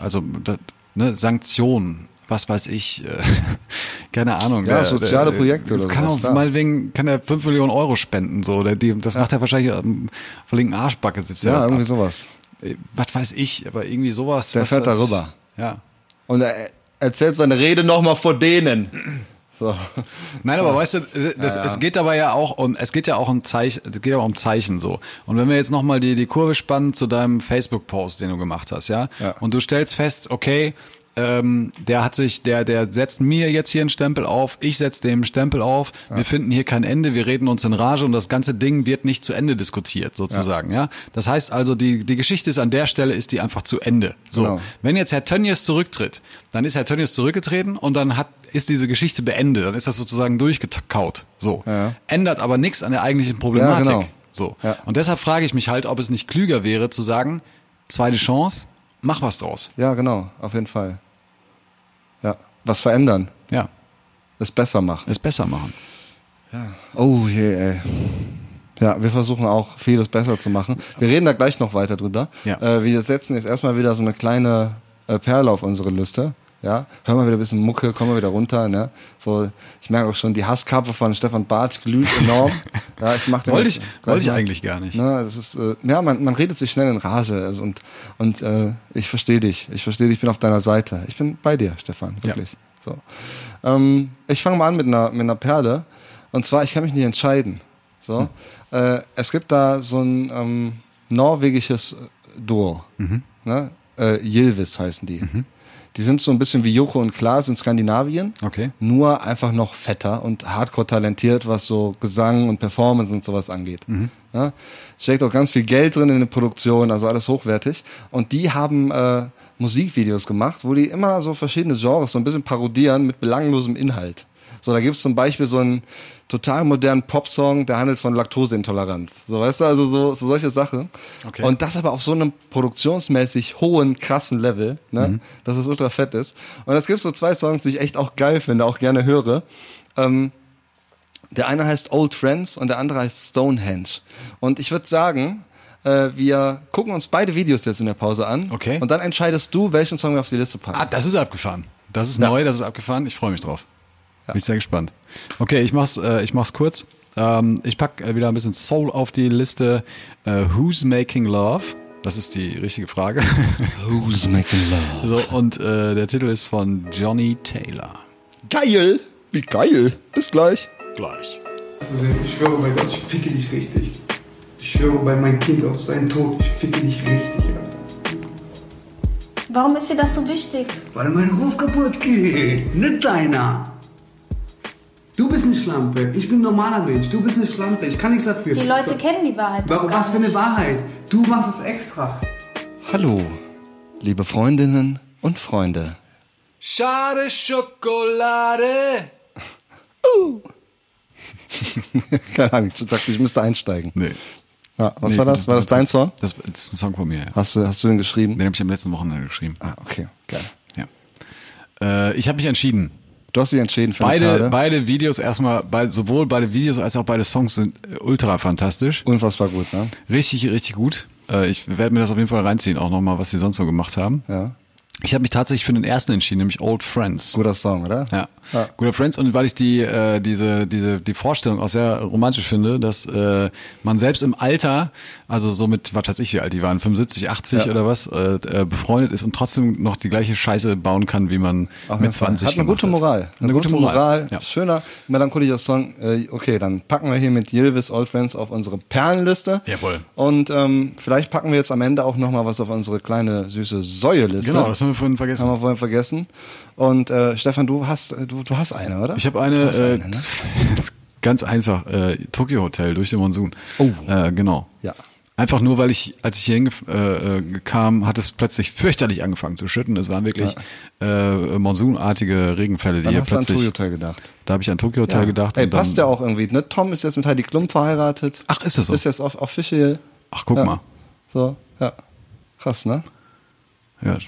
S4: also das, ne, Sanktionen, was weiß ich, äh, keine Ahnung. ne, äh,
S3: Ja, soziale Projekte oder
S4: kann
S3: sowas,
S4: auch,
S3: klar.
S4: Meinetwegen kann er 5 Millionen Euro spenden, so, der, die, das macht er wahrscheinlich am verlinkten Arschbacke, sitzt
S3: Ja,
S4: er das
S3: irgendwie
S4: ab.
S3: sowas.
S4: Äh, Was weiß ich, aber irgendwie sowas.
S3: Der
S4: was
S3: fährt da
S4: das-
S3: rüber.
S4: Ja.
S3: Und er erzählt seine Rede nochmal vor denen. So.
S4: Nein, aber weißt du, äh, das, es geht dabei ja auch um, es geht ja auch um Zeichen, es geht ja auch um Zeichen so. Und wenn wir jetzt nochmal die, die Kurve spannen zu deinem Facebook-Post, den du gemacht hast, ja?
S3: Ja.
S4: Und du stellst fest, okay, ähm, der hat sich, der, der setzt mir jetzt hier einen Stempel auf, ich setze dem einen Stempel auf, wir finden hier kein Ende, wir reden uns in Rage und das ganze Ding wird nicht zu Ende diskutiert, sozusagen, ja. Das heißt also, die, die Geschichte ist an der Stelle, ist die einfach zu Ende. So.
S3: Genau.
S4: Wenn jetzt Herr Tönnies zurücktritt, dann ist Herr Tönnies zurückgetreten und dann hat, ist diese Geschichte beendet. Dann ist das sozusagen durchgekaut. So.
S3: Ja.
S4: Ändert aber nichts an der eigentlichen Problematik.
S3: Ja, genau.
S4: So.
S3: Ja.
S4: Und deshalb frage ich mich halt, ob es nicht klüger wäre zu sagen, zweite Chance, mach was draus.
S3: Ja, genau, auf jeden Fall. Ja, was verändern,
S4: Ja.
S3: es besser machen.
S4: Es besser machen.
S3: Oh je, ey. Ja, wir versuchen auch vieles besser zu machen. Wir reden da gleich noch weiter drüber.
S4: Ja.
S3: Äh, wir setzen jetzt erstmal wieder so eine kleine äh, Perle auf unsere Liste. Ja, hören wir wieder ein bisschen Mucke, kommen wir wieder runter. Ne? So, ich merke auch schon, die Hasskappe von Stefan Bartsch glüht enorm. ja, ich mach den
S4: Wollte
S3: jetzt
S4: ich-
S3: gleich
S4: wollte ich
S3: mal.
S4: eigentlich gar nicht.
S3: Ne, das ist, äh, ja, man, man redet sich schnell in Rage also und, und äh, ich verstehe dich. Ich verstehe dich, ich bin auf deiner Seite. Ich bin bei dir, Stefan, wirklich. So. Ähm, ich fange mal an mit einer, mit einer Perle. Und zwar, ich kann mich nicht entscheiden. So. Äh, es gibt da so ein ähm, norwegisches äh, Duo. Ne? Äh, Ylvis heißen die. Die sind so ein bisschen wie Joko und Klaas in Skandinavien.
S4: Okay.
S3: Nur einfach noch fetter und hardcore talentiert, was so Gesang und Performance und sowas angeht. Ja? Steckt auch ganz viel Geld drin in der Produktion, also alles hochwertig. Und die haben äh, Musikvideos gemacht, wo die immer so verschiedene Genres so ein bisschen parodieren mit belanglosem Inhalt. So, da gibt's zum Beispiel so einen total modernen Popsong, der handelt von Laktoseintoleranz. So, weißt du, also so, so solche Sachen.
S4: Okay.
S3: Und das aber auf so einem produktionsmäßig hohen, krassen Level, ne? dass es ultra fett ist. Und es gibt so zwei Songs, die ich echt auch geil finde, auch gerne höre. Ähm, Der eine heißt Old Friends und der andere heißt Stonehenge. Und ich würde sagen, äh, wir gucken uns beide Videos jetzt in der Pause an.
S4: Okay.
S3: Und dann entscheidest du, welchen Song wir auf die Liste packen.
S4: Ah, das ist abgefahren. Das ist neu, das ist abgefahren. Ich freue mich drauf. Bin ich sehr gespannt. Okay, ich mach's, äh, ich mach's kurz. Ähm, ich pack äh, wieder ein bisschen Soul auf die Liste. Äh, who's making love? Das ist die richtige Frage.
S3: Who's making love?
S4: so, und äh, der Titel ist von Johnny Taylor.
S3: Geil! Wie geil! Bis gleich!
S4: Gleich.
S6: Ich schwöre bei Gott, ich ficke dich richtig. Ich schwöre bei meinem Kind auf seinen Tod, ich ficke dich richtig, Alter.
S7: Warum ist dir das so wichtig?
S6: Weil mein Ruf kaputt geht, nicht deiner. Du bist eine Schlampe, ich bin ein normaler Mensch, du bist eine Schlampe, ich kann nichts dafür.
S7: Die Leute kennen die Wahrheit. doch
S6: Warum,
S7: gar
S6: was für eine
S7: nicht.
S6: Wahrheit? Du machst es extra.
S3: Hallo, liebe Freundinnen und Freunde.
S4: Schade Schokolade.
S3: Uh. Keine Ahnung, ich dachte, ich müsste einsteigen.
S4: Nee.
S3: Ja, Ah, was
S4: Nee,
S3: war das? War das dein Song?
S4: Das, das ist ein Song von mir, ja.
S3: Hast du, hast du den geschrieben?
S4: Den habe ich am letzten Wochenende geschrieben.
S3: Ah, okay, geil.
S4: Ja. Äh, ich habe mich entschieden.
S3: Du hast dich entschieden für eine
S4: Beide,
S3: Perle.
S4: beide Videos erstmal, bei, sowohl beide Videos als auch beide Songs sind äh, ultra fantastisch.
S3: Unfassbar gut, ne?
S4: Richtig, richtig gut. Äh, Ich werde mir das auf jeden Fall reinziehen, auch nochmal, was sie sonst so gemacht haben.
S3: Ja.
S4: Ich habe mich tatsächlich für den ersten entschieden, nämlich Old Friends.
S3: Guter Song, oder?
S4: Ja.
S3: ja.
S4: Guter Friends und weil ich die äh, diese diese die Vorstellung auch sehr romantisch finde, dass äh, man selbst im Alter, also so mit was weiß ich wie alt die waren, 75, 80
S3: Ja.
S4: oder was, äh, äh, befreundet ist und trotzdem noch die gleiche Scheiße bauen kann, wie man
S3: Auf jeden
S4: mit
S3: Fall.
S4: 20
S3: Hat eine
S4: gemacht
S3: gute Moral.
S4: Hat. Eine, gute, Moral. Ja.
S3: Schöner, melancholischer Song. Äh, Okay, dann packen wir hier mit Yildiz Old Friends auf unsere Perlenliste.
S4: Jawohl.
S3: Und ähm, vielleicht packen wir jetzt am Ende auch nochmal was auf unsere kleine süße Säueliste.
S4: Genau, das haben wir vorhin vergessen.
S3: Haben wir vorhin vergessen. Und äh, Stefan, du hast, du, du hast eine, oder?
S4: Ich habe eine,
S3: Du hast
S4: äh,
S3: eine ne?
S4: ganz einfach, äh, Tokyo Hotel durch den Monsun.
S3: Oh.
S4: Äh, genau.
S3: Ja.
S4: Einfach nur, weil ich, als ich hier hinkam, äh, äh, kam, hat es plötzlich fürchterlich angefangen zu schütten. Es waren wirklich äh, monsunartige Regenfälle, die
S3: Dann
S4: hier
S3: hast du an
S4: plötzlich.
S3: Tokyo Hotel gedacht.
S4: Da habe ich an Tokyo Hotel gedacht.
S3: Ey,
S4: und dann-
S3: passt ja auch irgendwie. Ne? Tom ist jetzt mit Heidi Klum verheiratet.
S4: Ach, ist das so?
S3: Ist jetzt off official.
S4: Ach, guck
S3: ja.
S4: mal.
S3: So, ja. Krass, ne?
S4: Ja.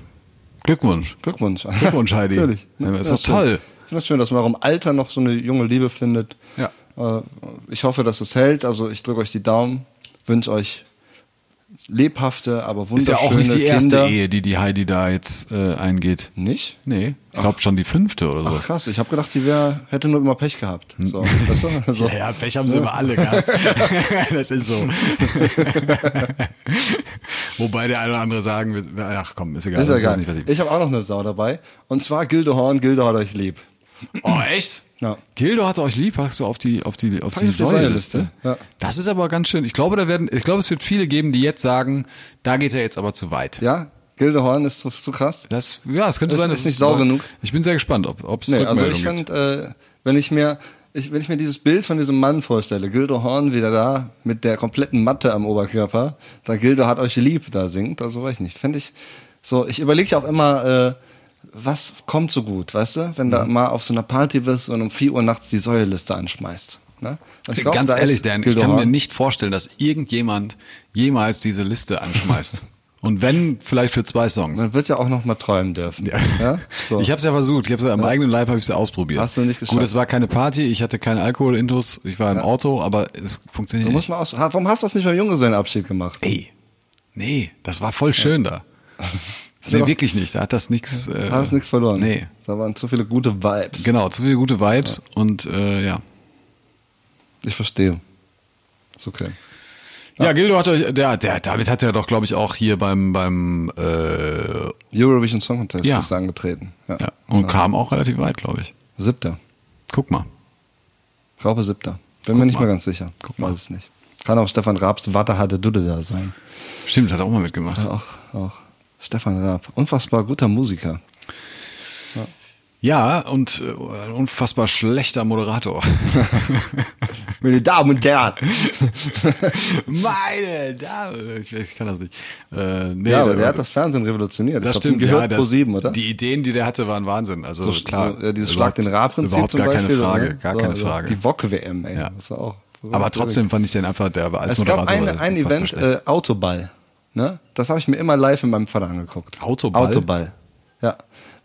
S4: Glückwunsch.
S3: Glückwunsch.
S4: Glückwunsch, Heidi.
S3: Natürlich.
S4: Ja, ist
S3: das
S4: doch toll.
S3: Schön. Ich finde das schön, dass man auch im Alter noch so eine junge Liebe findet.
S4: Ja.
S3: Äh, Ich hoffe, dass es hält. Also ich drücke euch die Daumen, wünsche euch lebhafte, aber
S4: Ist ja
S3: wunderschöne
S4: auch nicht die erste
S3: Kinder.
S4: Ehe, die die Heidi da jetzt äh, eingeht.
S3: Nicht?
S4: Nee, ich glaube schon die fünfte oder
S3: Ach
S4: sowas.
S3: krass, ich habe gedacht, die wär, hätte nur immer Pech gehabt. So, weißt du? so.
S4: Hm. Ja, ja, Pech haben sie immer alle gehabt. das ist so. Wobei der eine oder andere sagen wird, ach komm, ist egal.
S3: Ist ja
S4: das jetzt
S3: geil.
S4: nicht verliebt.
S3: Ich habe auch noch eine Sau dabei. Und zwar Gilde Horn, Gilde hat euch lieb.
S4: Oh, echt?
S3: Ja.
S4: Gildo hat euch lieb, hast du auf die, auf die, auf
S3: Pack
S4: die
S3: ich auf die
S4: Säuleliste.
S3: Säuleliste, ja.
S4: Das ist aber ganz schön. Ich glaube, da werden, ich glaube, es wird viele geben, die jetzt sagen, da geht er jetzt aber zu weit.
S3: Ja? Gilde Horn ist zu, zu krass.
S4: Das, ja, es könnte
S3: Ist-
S4: sein,
S3: ist
S4: dass
S3: nicht
S4: es-
S3: sauer genug.
S4: Ich bin sehr gespannt, ob, ob es
S3: Nee, also ich
S4: gibt.
S3: fand, äh, wenn ich mir, ich, wenn ich mir dieses Bild von diesem Mann vorstelle, Gildo Horn wieder da mit der kompletten Matte am Oberkörper, da Gildo hat euch lieb da singt, also weiß ich nicht, fände ich so, ich überlege auch immer, äh, was kommt so gut, weißt du, wenn
S4: Mhm.
S3: du mal auf so einer Party bist und um 4 Uhr nachts die Säuleliste anschmeißt. Ne? Ich glaub,
S4: Ganz
S3: da ist
S4: ehrlich, Dan, ich
S3: Gildo
S4: kann mir
S3: Horn.
S4: nicht vorstellen, dass irgendjemand jemals diese Liste anschmeißt. Und wenn, vielleicht für zwei Songs.
S3: Man wird ja auch noch mal träumen dürfen. Ja. So.
S4: Ich habe es ja versucht, ich habe es ja am eigenen Leib habe ich es ausprobiert.
S3: Hast du nicht geschafft.
S4: Gut, es war keine Party, ich hatte keinen Alkoholintus, ich war im Auto, aber es funktioniert
S3: Du
S4: nicht.
S3: musst mal aus. Ha, Warum hast du das nicht beim Junggesellenabschied gemacht?
S4: Ey, nee, das war voll schön da. Nee,
S3: doch-
S4: wirklich nicht, da hat das nichts. Äh,
S3: Hast nichts verloren.
S4: Nee,
S3: Da waren zu viele gute Vibes.
S4: genau, zu viele gute Vibes und äh, ja.
S3: Ich verstehe. Ist okay.
S4: Ja, Gildo hat euch, der, der, damit hat er doch, glaube ich, auch hier beim, beim äh,
S3: Eurovision Song Contest
S4: Ja.
S3: ist angetreten. Ja.
S4: Ja, und kam auch relativ weit, glaube ich.
S3: Siebter.
S4: Guck mal.
S3: Ich glaube siebter. Bin mir nicht
S4: mal.
S3: mehr ganz sicher.
S4: Guck mal.
S3: Weiß es nicht. Kann auch Stefan Raabs Watte hatte Dude da sein.
S4: Stimmt, hat er auch mal mitgemacht.
S3: Auch, auch. Stefan Raab. Unfassbar guter Musiker.
S4: Ja, und äh, ein unfassbar schlechter Moderator.
S3: Meine Damen und Herren.
S4: Meine Dame. Ich, ich kann das nicht. Äh, nee,
S3: ja, aber der
S4: war-
S3: hat das Fernsehen revolutioniert.
S4: Das
S3: ich glaub,
S4: stimmt,
S3: dem gehört
S4: ja, das,
S3: pro sieben, oder?
S4: Die Ideen, die der hatte, waren Wahnsinn. Also
S3: So,
S4: klar.
S3: so, ja, dieses Schlag den Raab-Prinzip
S4: Überhaupt
S3: zum
S4: gar keine
S3: Beispiel,
S4: Frage,
S3: ne?
S4: gar
S3: So,
S4: keine
S3: also
S4: Frage.
S3: Die Wok-WM, ey.
S4: Ja.
S3: Das war auch.
S4: aber trotzdem fand ich den einfach, der war als
S3: Es gab
S4: Moderator.
S3: ein, ein
S4: unfassbar
S3: Event,
S4: schlecht.
S3: äh, Autoball. Ne? Das habe ich mir immer live mit meinem Vater angeguckt.
S4: Autoball?
S3: Autoball. Ja.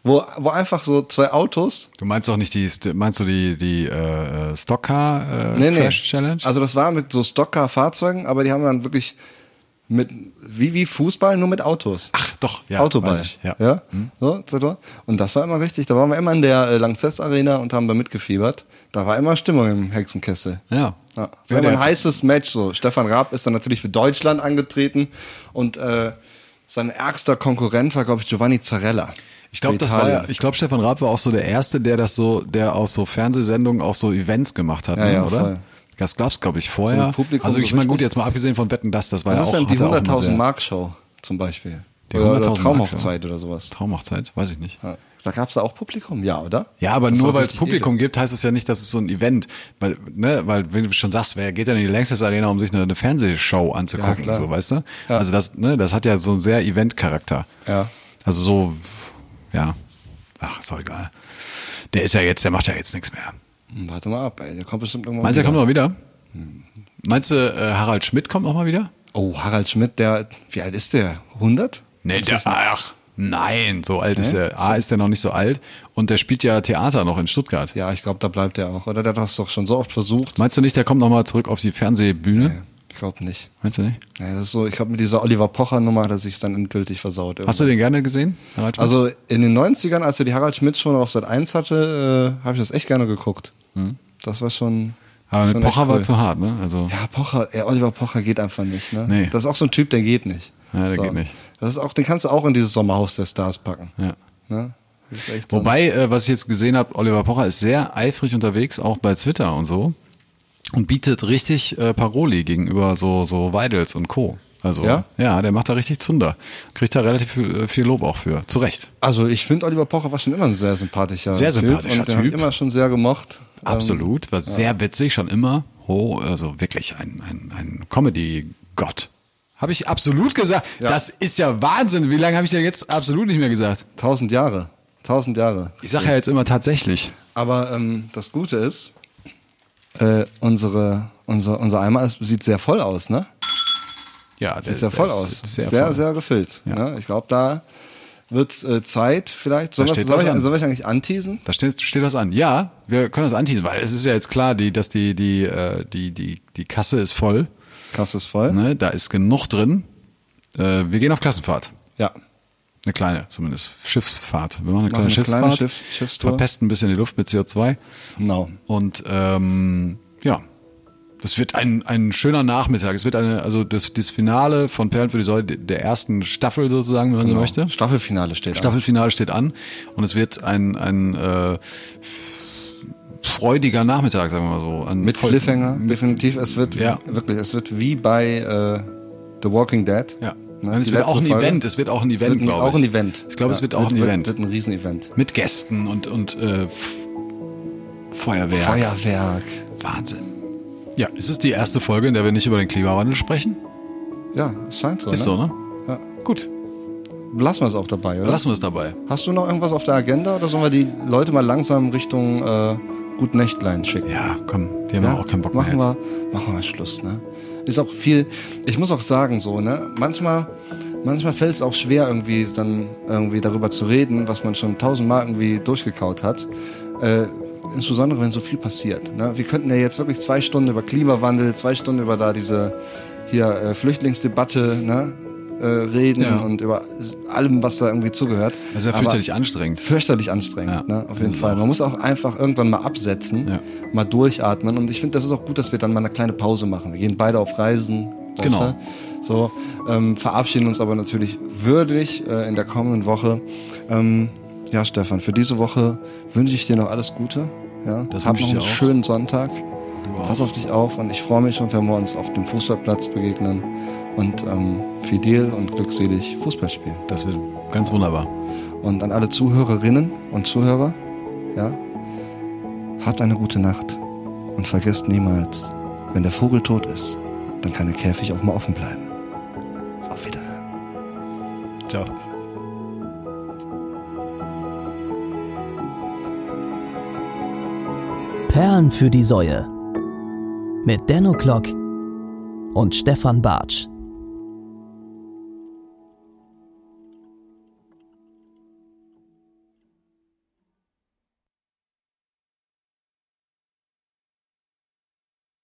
S3: Wo, wo einfach so zwei Autos.
S4: du meinst doch nicht die, meinst du die, die äh, Stockcar äh,
S3: Nee, nee.
S4: Crash Challenge?
S3: Also das war mit so Stockcar-Fahrzeugen, aber die haben dann wirklich mit wie wie Fußball nur mit Autos.
S4: Ach, doch, ja,
S3: Autoball.
S4: weiß ich, ja. Mhm.
S3: So, so, so. Und das war immer richtig. Da waren wir immer in der äh, Lanxess Arena und haben da mitgefiebert. Da war immer Stimmung im Hexenkessel.
S4: Ja.
S3: Ja, das
S4: Ja,
S3: war immer
S4: der
S3: Ah, ein
S4: hat-
S3: heißes Match. So. Stefan Raab ist dann natürlich für Deutschland angetreten und äh, sein ärgster Konkurrent war, glaube ich, Giovanni Zarella.
S4: Ich glaube,
S3: Für
S4: das war
S3: Italien.
S4: ja, ich glaube, Stefan Raab war auch so der Erste, der das so, der aus so Fernsehsendungen auch so Events gemacht hat,
S3: Ja,
S4: ne,
S3: ja,
S4: oder?
S3: voll.
S4: Das gab's, glaube ich, vorher.
S3: So Publikum
S4: also
S3: so
S4: ich meine, gut,
S3: richtig.
S4: jetzt mal abgesehen von Wetten, das, das war
S3: Was
S4: ja
S3: ist
S4: auch,
S3: denn die
S4: hatte auch eine
S3: 100.000
S4: sehr-
S3: Mark Show zum Beispiel?
S4: Die
S3: oder,
S4: 100.000
S3: oder
S4: Mark Show.
S3: Traumhochzeit oder sowas.
S4: Traumhochzeit, weiß ich nicht.
S3: Ja. Da gab es da auch Publikum, ja, oder?
S4: Ja, aber
S3: Das war
S4: nur weil es
S3: richtig
S4: Publikum
S3: edel.
S4: gibt, heißt es ja nicht, dass es so ein Event, weil, ne, weil wenn du schon sagst, wer geht denn in die Lanxess Arena, um sich eine, eine Fernsehshow anzugucken,
S3: klar.
S4: so, weißt du?
S3: Ja.
S4: Also das, ne, das hat ja so einen sehr Event-Charakter.
S3: Ja.
S4: Also so, ja, ach, ist doch egal. Der ist ja jetzt, der macht ja jetzt nichts mehr.
S3: Hm, Warte mal ab, ey. Der kommt bestimmt irgendwann
S4: Meinst du, er
S3: wieder.
S4: kommt noch mal wieder? Meinst du, äh, Harald Schmidt kommt noch mal wieder?
S3: Oh, Harald Schmidt, der, wie alt ist der? 100?
S4: Nee, der, ach, nein, so alt ist
S3: Nee?
S4: er. A, ist der noch nicht so alt und der spielt ja Theater noch in Stuttgart.
S3: Ja, ich glaube, da bleibt er auch, oder? Der hat das doch schon so oft versucht.
S4: Meinst du nicht, der kommt noch mal zurück auf die Fernsehbühne?
S3: Nee, Ich glaube nicht.
S4: Meinst du nicht?
S3: Ja, das ist so, ich glaube, mit dieser Oliver Pocher-Nummer hat er sich dann endgültig versaut.
S4: Hast du den gerne gesehen? Harald Schmidt?
S3: Also in den 90ern, als er die Harald Schmidt schon auf Sat 1 hatte, äh, habe ich das echt gerne geguckt. Das war schon.
S4: Hm. aber mit
S3: schon
S4: Pocher
S3: echt
S4: war
S3: cool.
S4: zu hart, ne? Also
S3: Ja, Pocher, ey, Oliver Pocher geht einfach nicht, ne?
S4: Nee.
S3: Das ist auch so ein Typ, der geht nicht.
S4: Ja, der
S3: so.
S4: geht nicht.
S3: Das ist auch, den kannst du auch in dieses Sommerhaus der Stars packen.
S4: Ja.
S3: Ne? Das ist echt so ein-
S4: Wobei, äh, was ich jetzt gesehen habe, Oliver Pocher ist sehr eifrig unterwegs, auch bei Twitter und so, und bietet richtig äh, Paroli gegenüber so, so Weidels und Co. Also,
S3: Ja?
S4: der macht da richtig Zunder. Kriegt da relativ viel, äh, viel Lob auch für. Zu Recht.
S3: Also ich finde, Oliver Pocher war schon immer ein sehr sympathischer
S4: Sehr
S3: Typ.
S4: sympathischer
S3: und den hab ich
S4: Typ.
S3: immer schon sehr gemocht. Ähm,
S4: Absolut. War sehr witzig, schon immer. Oh, also wirklich ein, ein, ein Comedy-Gott. Habe ich absolut gesagt?
S3: Ja.
S4: Das ist ja Wahnsinn. Wie lange habe ich denn jetzt absolut nicht mehr gesagt?
S3: Tausend Jahre. Tausend Jahre.
S4: Ich sage ja jetzt immer tatsächlich.
S3: Aber ähm, das Gute ist, äh, unsere, unser, unser Eimer ist, sieht sehr voll aus, ne?
S4: Ja, das
S3: Sieht sehr voll aus. Sehr, sehr,
S4: voll.
S3: gefüllt.
S4: Ja.
S3: Ne? Ich glaube, da wird es äh, Zeit vielleicht. Soll,
S4: Da
S3: was,
S4: steht
S3: soll,
S4: was
S3: ich,
S4: an.
S3: soll ich eigentlich anteasen?
S4: Da steht, steht das an. Ja, wir können das anteasen, weil es ist ja jetzt klar, die, dass die, die, äh, die, die, die Kasse ist voll.
S3: Kasse ist voll.
S4: Ne? Da ist genug drin. Äh, wir gehen auf Klassenfahrt.
S3: Ja.
S4: Eine kleine zumindest. Schiffsfahrt. Wir machen
S3: Machen
S4: eine kleine
S3: eine
S4: Schiffsfahrt.
S3: kleine Schiff- Schiffstour.
S4: Verpesten ein bisschen die Luft mit CO2.
S3: Genau.
S4: Und ähm, ja, das wird ein, ein schöner Nachmittag. Es wird eine, also das, das Finale von Perlen für die Säule der ersten Staffel sozusagen, wenn man
S3: Genau.
S4: so möchte.
S3: Staffelfinale steht an.
S4: Staffelfinale steht an und es wird ein, ein äh, freudiger Nachmittag, sagen wir mal so. Ein
S3: Mit
S4: voll-
S3: Cliffhanger, definitiv. Es wird
S4: Ja.
S3: wirklich, es wird wie bei äh, The Walking Dead.
S4: Ja.
S3: Ne?
S4: Und es
S3: Die
S4: wird auch
S3: letzte
S4: ein
S3: Folge.
S4: Event, es wird auch ein
S3: Es
S4: Event,
S3: wird ein-
S4: glaube
S3: Auch ein
S4: ich.
S3: Event.
S4: Ich glaube, es wird auch ein
S3: wird,
S4: Event.
S3: Wird ein Riesenevent.
S4: Mit Gästen und, und äh, F- Feuerwehr.
S3: Feuerwerk.
S4: Wahnsinn. Ja, ist es die erste Folge, in der wir nicht über den Klimawandel sprechen?
S3: Ja, es scheint so.
S4: Ist so,
S3: ne?
S4: ne?
S3: Ja.
S4: Gut,
S3: Lassen wir es auch dabei, oder?
S4: lassen wir es dabei.
S3: Hast du noch irgendwas auf der Agenda oder sollen wir die Leute mal langsam Richtung äh, Gut Nächtlein schicken?
S4: Ja, komm, die haben
S3: Ja,
S4: auch keinen Bock
S3: machen
S4: mehr.
S3: wir, machen wir Schluss, ne? Ist auch viel, ich muss auch sagen, so, ne? Manchmal, manchmal fällt es auch schwer, irgendwie dann irgendwie darüber zu reden, was man schon tausendmal irgendwie durchgekaut hat. Äh, insbesondere, wenn so viel passiert. Ne? Wir könnten ja jetzt wirklich zwei Stunden über Klimawandel, zwei Stunden über da diese hier äh, Flüchtlingsdebatte, ne? Äh, reden
S4: Ja.
S3: und über allem, was da irgendwie zugehört.
S4: Das ist ja
S3: Aber-
S4: fürchterlich anstrengend.
S3: fürchterlich anstrengend,
S4: Ja.
S3: ne? auf jeden Fall. Man muss auch einfach irgendwann mal absetzen,
S4: Ja.
S3: mal durchatmen. Und ich finde, das ist auch gut, dass wir dann mal eine kleine Pause machen. Wir gehen beide auf Reisen. weißt
S4: Genau.
S3: du? So, ähm, verabschieden uns aber natürlich würdig äh, in der kommenden Woche. Ähm, ja, Stefan, für diese Woche wünsche ich dir noch alles Gute. Ja?
S4: Das
S3: Hab noch
S4: wünsche ich
S3: einen
S4: dir auch.
S3: schönen Sonntag.
S4: auch.
S3: Pass auf dich auf und ich freue mich schon, wenn wir uns auf dem Fußballplatz begegnen und ähm, fidel und glückselig Fußball spielen.
S4: Das wird ganz wunderbar.
S3: Und an alle Zuhörerinnen und Zuhörer, ja, habt eine gute Nacht und vergesst niemals, wenn der Vogel tot ist, dann kann der Käfig auch mal offen bleiben. Auf Wiederhören.
S4: Ciao.
S2: Perlen für die Säue. Mit Denno Klock und Stefan Bartsch.